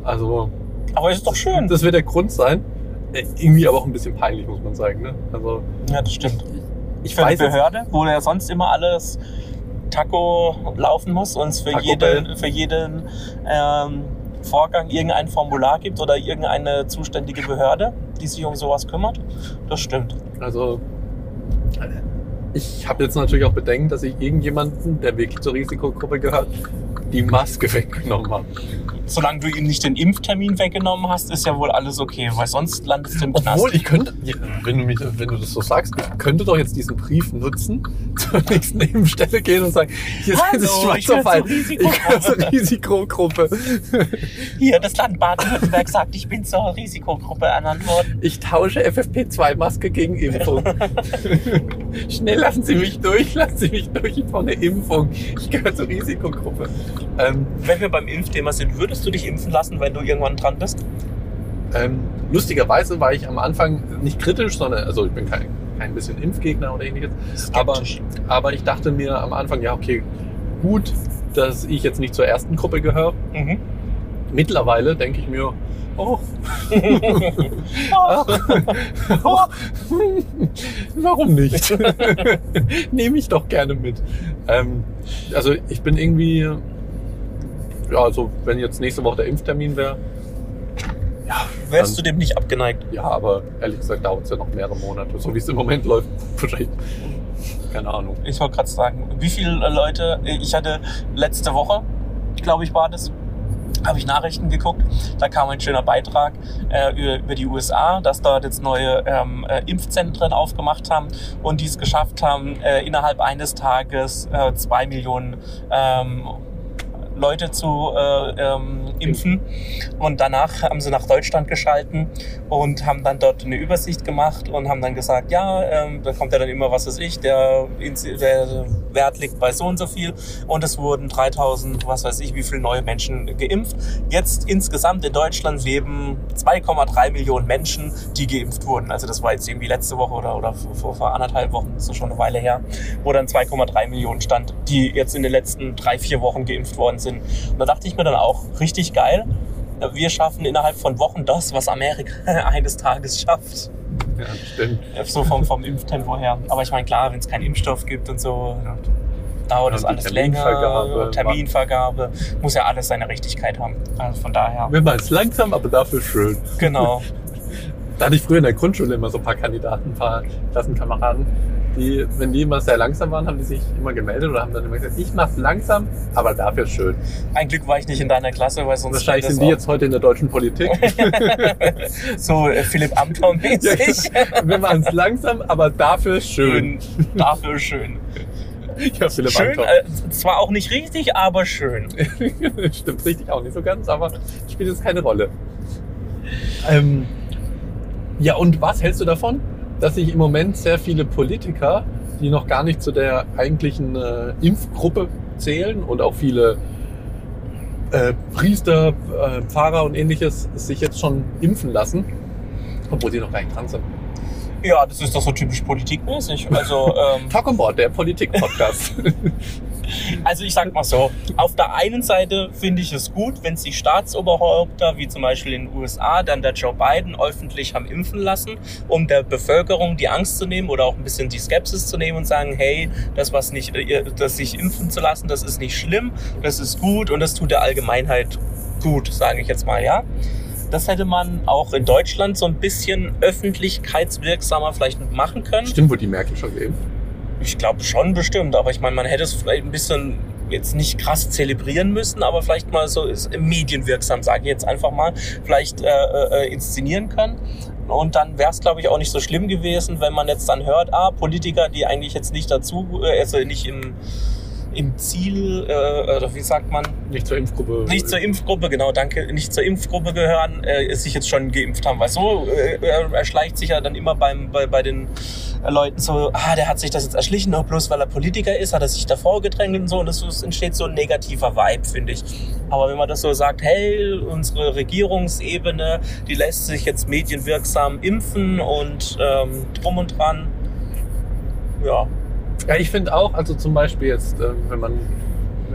Speaker 1: Also
Speaker 2: Aber ist doch schön.
Speaker 1: das wird der Grund sein. Äh, Irgendwie aber auch ein bisschen peinlich, muss man sagen. Ne? Also
Speaker 2: ja, das stimmt.
Speaker 1: ich
Speaker 2: Für
Speaker 1: weiß
Speaker 2: eine
Speaker 1: jetzt,
Speaker 2: Behörde, wo ja sonst immer alles Taco laufen muss und es für
Speaker 1: Taco Bell.
Speaker 2: jeden, für jeden ähm, Vorgang irgendein Formular gibt oder irgendeine zuständige Behörde, die sich um sowas kümmert. Das stimmt.
Speaker 1: also äh, ich habe jetzt natürlich auch Bedenken, dass ich irgendjemanden, der wirklich zur Risikogruppe gehört, die Maske weggenommen habe.
Speaker 2: Solange du ihm nicht den Impftermin weggenommen hast, ist ja wohl alles okay, weil sonst landest du im Knast.
Speaker 1: Obwohl ich könnte, ja, wenn du, mich, wenn du das so sagst, ich könnte doch jetzt diesen Brief nutzen, zur nächsten Nebenstelle gehen und sagen, hier ist
Speaker 2: Hallo,
Speaker 1: das
Speaker 2: ich
Speaker 1: schwarze
Speaker 2: gehöre zur
Speaker 1: Fall. Ich
Speaker 2: Risikogruppe.
Speaker 1: gehöre zur Risikogruppe.
Speaker 2: Hier, das Land Baden-Württemberg sagt, ich bin zur Risikogruppe ernannt worden.
Speaker 1: Ich tausche FFP2-Maske gegen Impfung. Schnell lassen Sie mich durch, lassen Sie mich durch, ich brauche eine Impfung. Ich gehöre zur Risikogruppe. Ähm,
Speaker 2: Wenn wir beim Impfthema sind, würdest du dich impfen lassen, wenn du irgendwann dran bist?
Speaker 1: ähm, lustigerweise war ich am Anfang nicht kritisch, sondern, also ich bin kein, kein bisschen Impfgegner oder ähnliches. Aber,
Speaker 2: Skeptisch.
Speaker 1: aber ich dachte mir am Anfang, ja, okay, gut, dass ich jetzt nicht zur ersten Gruppe gehöre.
Speaker 2: Mhm.
Speaker 1: Mittlerweile denke ich mir, oh,
Speaker 2: Ach,
Speaker 1: oh warum nicht? Nehme ich doch gerne mit. Ähm, also ich bin irgendwie, ja, also wenn jetzt nächste Woche der Impftermin wäre,
Speaker 2: wärst du dem nicht abgeneigt?
Speaker 1: ja, aber ehrlich gesagt dauert es ja noch mehrere Monate, so wie es im Moment läuft. Wahrscheinlich, keine Ahnung.
Speaker 2: Ich wollte gerade sagen, wie viele äh, Leute, ich hatte letzte Woche, glaube ich, war das, habe ich Nachrichten geguckt. Da kam ein schöner Beitrag äh, über, über die USA, dass dort jetzt neue ähm, äh, Impfzentren aufgemacht haben und die es geschafft haben, äh, innerhalb eines Tages äh, zwei Millionen ähm, Leute zu äh, ähm, impfen. Und danach haben sie nach Deutschland geschalten und haben dann dort eine Übersicht gemacht und haben dann gesagt, ja, ähm, da kommt ja dann immer, was weiß ich, der, Inzi- der Wert liegt bei so und so viel. Und es wurden 3000, was weiß ich, wie viele neue Menschen geimpft. Jetzt insgesamt in Deutschland leben 2,3 Millionen Menschen, die geimpft wurden. Also das war jetzt irgendwie letzte Woche oder, oder vor, vor anderthalb Wochen, so schon eine Weile her, wo dann 2,3 Millionen stand, die jetzt in den letzten drei, vier Wochen geimpft worden sind. Und da dachte ich mir dann auch, richtig geil. Äh, Wir schaffen innerhalb von Wochen das, was Amerika eines Tages schafft.
Speaker 1: Ja, stimmt.
Speaker 2: So vom, vom Impftempo her. Aber ich meine, klar, wenn es keinen Impfstoff gibt und so, ja, dauert
Speaker 1: Ja,
Speaker 2: das
Speaker 1: und die
Speaker 2: alles länger.
Speaker 1: Terminvergabe.
Speaker 2: Terminvergabe. Muss ja alles seine Richtigkeit haben. Also von daher,
Speaker 1: Wir machen es langsam, aber dafür schön.
Speaker 2: genau.
Speaker 1: Da hatte ich früher in der Grundschule immer so ein paar Kandidaten, ein paar Klassenkameraden, die, wenn die immer sehr langsam waren, haben die sich immer gemeldet oder haben dann immer gesagt, ich mach's langsam, aber dafür schön.
Speaker 2: Ein Glück war ich nicht in deiner Klasse, weil sonst
Speaker 1: Wahrscheinlich
Speaker 2: wäre das
Speaker 1: sind die
Speaker 2: auch-
Speaker 1: jetzt heute in der deutschen Politik.
Speaker 2: so äh, Philipp Amthor-mäßig.
Speaker 1: Wir machen es langsam, aber dafür schön.
Speaker 2: schön. Dafür schön.
Speaker 1: Ja, Philipp
Speaker 2: Schön,
Speaker 1: Anton.
Speaker 2: äh, zwar auch nicht richtig, aber schön.
Speaker 1: Stimmt richtig auch nicht so ganz, aber spielt jetzt keine Rolle. Ähm, ja, und was hältst du davon, dass sich im Moment sehr viele Politiker, die noch gar nicht zu der eigentlichen äh, Impfgruppe zählen und auch viele äh, Priester, äh, Pfarrer und ähnliches sich jetzt schon impfen lassen, obwohl sie noch gar nicht dran sind?
Speaker 2: Ja, das ist doch so typisch politikmäßig. Also, ähm,
Speaker 1: Talk on Board, der Politik-Podcast.
Speaker 2: also ich sag mal so, auf der einen Seite finde ich es gut, wenn sich Staatsoberhäupter, wie zum Beispiel in den USA, dann der Joe Biden öffentlich haben impfen lassen, um der Bevölkerung die Angst zu nehmen oder auch ein bisschen die Skepsis zu nehmen und sagen, hey, das was nicht, ihr- das sich impfen zu lassen, das ist nicht schlimm, das ist gut und das tut der Allgemeinheit gut, sage ich jetzt mal, ja. Das hätte man auch in Deutschland so ein bisschen öffentlichkeitswirksamer vielleicht machen können.
Speaker 1: Stimmt, wurde die Merkel schon geimpft?
Speaker 2: Ich glaube schon bestimmt, aber ich meine, man hätte es vielleicht ein bisschen jetzt nicht krass zelebrieren müssen, aber vielleicht mal so ist medienwirksam, sage ich jetzt einfach mal, vielleicht äh, äh, inszenieren können. Und dann wäre es, glaube ich, auch nicht so schlimm gewesen, wenn man jetzt dann hört, ah, Politiker, die eigentlich jetzt nicht dazu, äh, also nicht im, im Ziel, äh, oder wie sagt man,
Speaker 1: Nicht zur Impfgruppe.
Speaker 2: nicht zur Impfgruppe, genau, danke, nicht zur Impfgruppe gehören, äh, sich jetzt schon geimpft haben. Weil so äh, äh, erschleicht sich ja dann immer beim, bei, bei den Leuten so, ah, der hat sich das jetzt erschlichen, nur bloß weil er Politiker ist, hat er sich davor gedrängt und so. Und das ist- entsteht so ein negativer Vibe, finde ich. Aber wenn man das so sagt, hey, unsere Regierungsebene, die lässt sich jetzt medienwirksam impfen und ähm, drum und dran. Ja,
Speaker 1: Ja, ich finde auch, also zum Beispiel jetzt, ähm, wenn man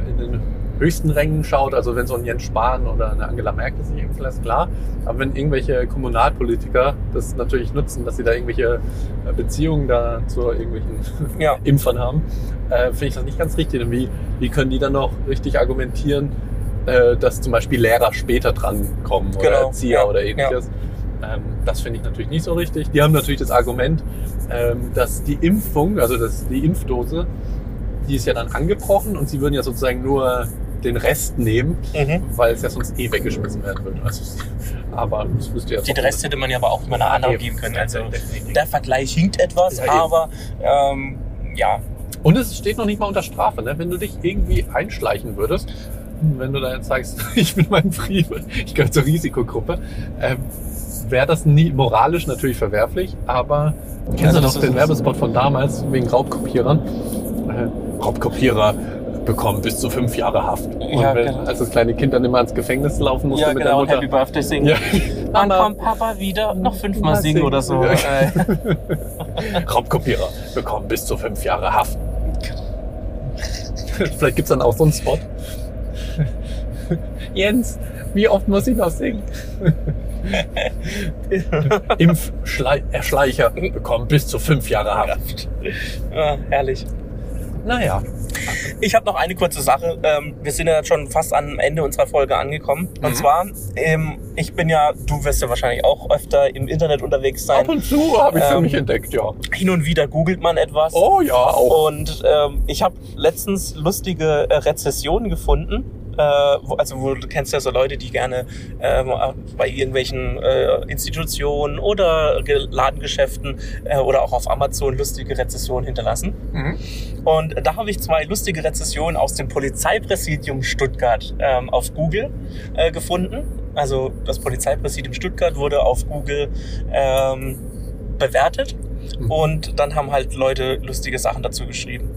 Speaker 1: in den höchsten Rängen schaut, also wenn so ein Jens Spahn oder eine Angela Merkel sich impfen lässt, klar. Aber wenn irgendwelche Kommunalpolitiker das natürlich nutzen, dass sie da irgendwelche äh, Beziehungen da zu irgendwelchen
Speaker 2: ja,
Speaker 1: Impfern haben, äh, finde ich das nicht ganz richtig. Denn wie, wie können die dann noch richtig argumentieren, äh, dass zum Beispiel Lehrer später dran kommen oder
Speaker 2: Genau,
Speaker 1: Erzieher
Speaker 2: ja,
Speaker 1: oder ähnliches? Ähm, das finde ich natürlich nicht so richtig. Die haben natürlich das Argument, ähm, dass die Impfung, also dass die Impfdose, die ist ja dann angebrochen und sie würden ja sozusagen nur den Rest nehmen,
Speaker 2: mhm.
Speaker 1: weil es ja sonst eh weggeschmissen werden würde. Also, es- aber das müsste ja
Speaker 2: Den Rest hätte man ja aber auch mit einer anderen geben können. Also, der Vergleich hinkt etwas,
Speaker 1: Ja, eben.
Speaker 2: aber ähm, ja,
Speaker 1: Und es steht noch nicht mal unter Strafe, ne? wenn du dich irgendwie einschleichen würdest, wenn du da jetzt sagst, ich bin mein Friebe, ich gehöre zur Risikogruppe, ähm, wäre das nie moralisch natürlich verwerflich, aber kennst du
Speaker 2: Also das
Speaker 1: noch
Speaker 2: ist-
Speaker 1: den Werbespot von damals wegen Raubkopierern? Äh, Raubkopierer bekommen bis zu fünf Jahre Haft. Und
Speaker 2: Ja,
Speaker 1: wenn,
Speaker 2: genau.
Speaker 1: als das kleine Kind dann immer ins Gefängnis laufen musste
Speaker 2: ja,
Speaker 1: mit
Speaker 2: genau, und
Speaker 1: der
Speaker 2: Happy
Speaker 1: Mutter.
Speaker 2: Birthday singen.
Speaker 1: Ja.
Speaker 2: Dann
Speaker 1: Mama.
Speaker 2: kommt Papa wieder und noch fünfmal
Speaker 1: Mal
Speaker 2: singen,
Speaker 1: singen.
Speaker 2: oder so.
Speaker 1: Ja.
Speaker 2: Äh,
Speaker 1: Raubkopierer bekommen bis zu fünf Jahre Haft. Vielleicht gibt's dann auch so einen Spot. Jens, wie oft muss ich noch singen? Impferschleicher bekommen bis zu fünf Jahre Haft.
Speaker 2: ja, herrlich.
Speaker 1: Naja,
Speaker 2: Ich habe noch eine kurze Sache. Ähm, wir sind ja jetzt schon fast am Ende unserer Folge angekommen. Und
Speaker 1: Mhm.
Speaker 2: zwar, ähm, ich bin ja, du wirst ja wahrscheinlich auch öfter im Internet unterwegs sein.
Speaker 1: ab und zu habe ich für
Speaker 2: Ähm,
Speaker 1: mich entdeckt, ja.
Speaker 2: Hin und wieder googelt man etwas.
Speaker 1: Oh ja, auch.
Speaker 2: Und ähm, ich habe letztens lustige äh, Rezessionen gefunden. Äh, wo, also wo, du kennst ja so Leute, die gerne ähm, auch bei irgendwelchen äh, Institutionen oder Ge- Ladengeschäften äh, oder auch auf Amazon lustige Rezessionen hinterlassen.
Speaker 1: Mhm.
Speaker 2: Und da habe ich zwei lustige Rezessionen aus dem Polizeipräsidium Stuttgart ähm, auf Google äh, gefunden. Also das Polizeipräsidium Stuttgart wurde auf Google ähm, bewertet
Speaker 1: Mhm.
Speaker 2: und dann haben halt Leute lustige Sachen dazu geschrieben.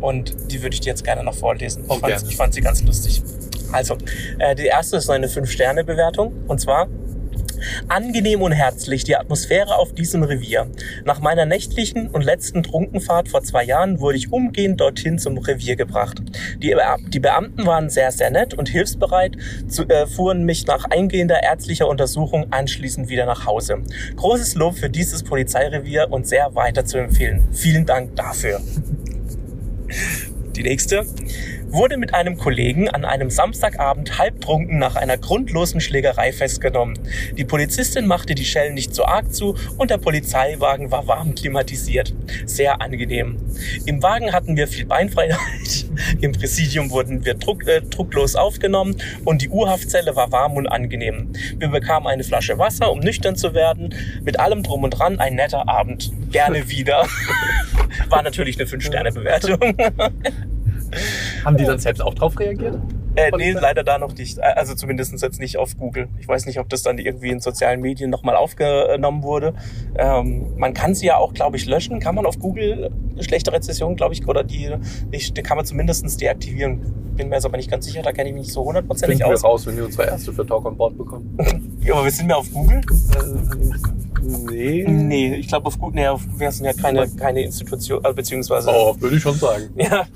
Speaker 2: Und die würde ich dir jetzt gerne noch vorlesen.
Speaker 1: Oh,
Speaker 2: ich, fand,
Speaker 1: gerne.
Speaker 2: ich fand sie ganz lustig. Also, äh, die erste ist eine 5-Sterne-Bewertung. Und zwar, Angenehm und herzlich die Atmosphäre auf diesem Revier. Nach meiner nächtlichen und letzten Trunkenfahrt vor zwei Jahren wurde ich umgehend dorthin zum Revier gebracht. Die, Beam- die Beamten waren sehr, sehr nett und hilfsbereit, zu, äh, fuhren mich nach eingehender ärztlicher Untersuchung anschließend wieder nach Hause. Großes Lob für dieses Polizeirevier und sehr weiter zu empfehlen. Vielen Dank dafür. Die nächste wurde mit einem Kollegen an einem Samstagabend halbtrunken nach einer grundlosen Schlägerei festgenommen. Die Polizistin machte die Schellen nicht so arg zu und der Polizeiwagen war warm klimatisiert. Sehr angenehm. Im Wagen hatten wir viel Beinfreiheit, im Präsidium wurden wir druck, äh, drucklos aufgenommen und die Urhaftzelle war warm und angenehm. Wir bekamen eine Flasche Wasser, um nüchtern zu werden. Mit allem drum und dran ein netter Abend. Gerne wieder. War natürlich eine 5-Sterne-Bewertung. oh.
Speaker 1: Haben die dann selbst auch drauf reagiert?
Speaker 2: Äh,
Speaker 1: Von
Speaker 2: nee,
Speaker 1: Insta-
Speaker 2: leider da noch nicht. Äh, Also zumindest jetzt nicht auf Google. Ich weiß nicht, ob das dann irgendwie in sozialen Medien nochmal aufgenommen wurde. Ähm, man kann sie ja auch, glaube ich, löschen. Kann man auf Google schlechte Rezessionen, glaube ich, oder die, nicht, die kann man zumindest deaktivieren. Bin mir jetzt aber nicht ganz sicher, da kenne ich mich nicht so hundertprozentig
Speaker 1: Finden wir
Speaker 2: aus.
Speaker 1: raus, wenn wir unsere erste für Talk on Board bekommen.
Speaker 2: Ja, aber wir sind ja auf Google?
Speaker 1: nee.
Speaker 2: Nee, ich glaube auf Google, nee, auf, wir sind ja keine, keine Institution, äh, beziehungsweise.
Speaker 1: Oh, würde ich schon sagen.
Speaker 2: Ja.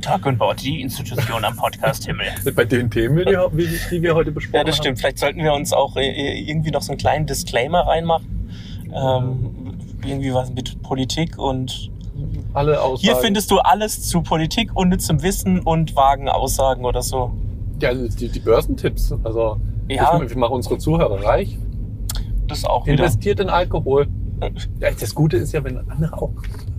Speaker 2: Talk and Board, die Institution am Podcast-Himmel.
Speaker 1: Bei den Themen, die, die, die wir heute besprochen
Speaker 2: Ja,
Speaker 1: haben.
Speaker 2: das stimmt. Vielleicht sollten wir uns auch äh, irgendwie noch so einen kleinen Disclaimer reinmachen. Ähm, irgendwie was mit Politik und
Speaker 1: Alle Aussagen.
Speaker 2: hier findest du alles zu Politik, unnützem Wissen und vagen Aussagen oder so.
Speaker 1: ja, die, die Börsentipps. Also
Speaker 2: Ja,
Speaker 1: ich, wir machen unsere Zuhörer reich.
Speaker 2: das auch wieder.
Speaker 1: Investiert in Alkohol. Ja, das Gute ist ja, wenn andere auch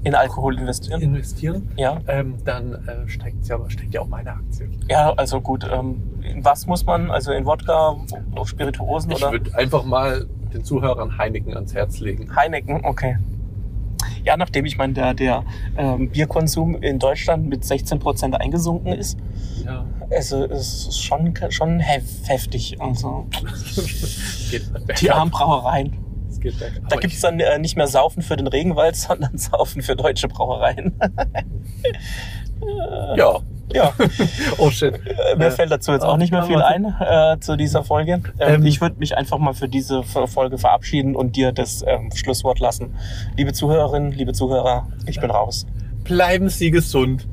Speaker 2: in Alkohol investieren.
Speaker 1: investieren,
Speaker 2: Ja,
Speaker 1: ähm, dann äh, steigt, ja, steigt ja auch meine Aktie.
Speaker 2: ja, also gut. Ähm, in was muss man? Also in Wodka, auf Spirituosen
Speaker 1: Ich
Speaker 2: oder
Speaker 1: würde einfach mal den Zuhörern Heineken ans Herz legen.
Speaker 2: Heineken? Okay. Ja, nachdem ich meine, der, der ähm, Bierkonsum in Deutschland mit 16 Prozent eingesunken ist,
Speaker 1: Ja.
Speaker 2: also es ist schon, schon hef heftig. Also
Speaker 1: Es geht halt
Speaker 2: die
Speaker 1: bergab.
Speaker 2: armen Brauereien.
Speaker 1: Es geht bergab.
Speaker 2: Da
Speaker 1: Aber
Speaker 2: gibt's dann äh, nicht mehr Saufen für den Regenwald, sondern Saufen für deutsche Brauereien.
Speaker 1: ich, ja.
Speaker 2: ja.
Speaker 1: Oh shit.
Speaker 2: Äh, Mir fällt dazu jetzt auch nicht mehr viel ein äh, zu dieser Folge. Ähm,
Speaker 1: Ähm,
Speaker 2: ich würde mich einfach mal für diese F- Folge verabschieden und dir das ähm, Schlusswort lassen. Liebe Zuhörerinnen, liebe Zuhörer, ich bin raus.
Speaker 1: Bleiben Sie gesund.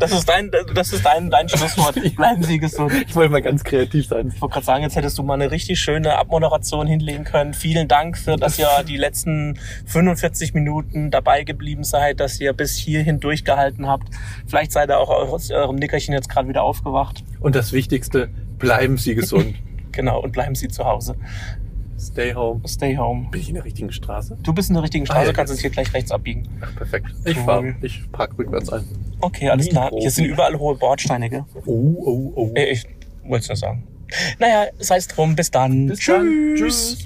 Speaker 2: Das ist dein, das ist dein, dein Schlusswort. Bleiben Sie gesund.
Speaker 1: Ich wollte mal ganz kreativ sein.
Speaker 2: Ich wollte gerade sagen, jetzt hättest du mal eine richtig schöne Abmoderation hinlegen können. Vielen Dank für, dass ihr die letzten 45 Minuten dabei geblieben seid, dass ihr bis hierhin durchgehalten habt. Vielleicht seid ihr auch aus eurem Nickerchen jetzt gerade wieder aufgewacht.
Speaker 1: Und das Wichtigste, bleiben Sie gesund.
Speaker 2: Genau, und bleiben Sie zu Hause.
Speaker 1: Stay home.
Speaker 2: Stay home.
Speaker 1: Bin ich in der richtigen Straße?
Speaker 2: Du bist in der richtigen
Speaker 1: Ah,
Speaker 2: Straße,
Speaker 1: ja,
Speaker 2: kannst
Speaker 1: jetzt.
Speaker 2: uns hier gleich rechts abbiegen.
Speaker 1: Ach, perfekt. Ich
Speaker 2: Cool.
Speaker 1: fahre. Ich park rückwärts ein.
Speaker 2: Okay, alles
Speaker 1: Nie
Speaker 2: klar.
Speaker 1: groß.
Speaker 2: Hier sind überall hohe Bordsteine, gell?
Speaker 1: Oh, oh, oh.
Speaker 2: Äh, Ich wollte es nur sagen. Naja, sei es drum. Bis dann.
Speaker 1: Bis dann. Tschüss.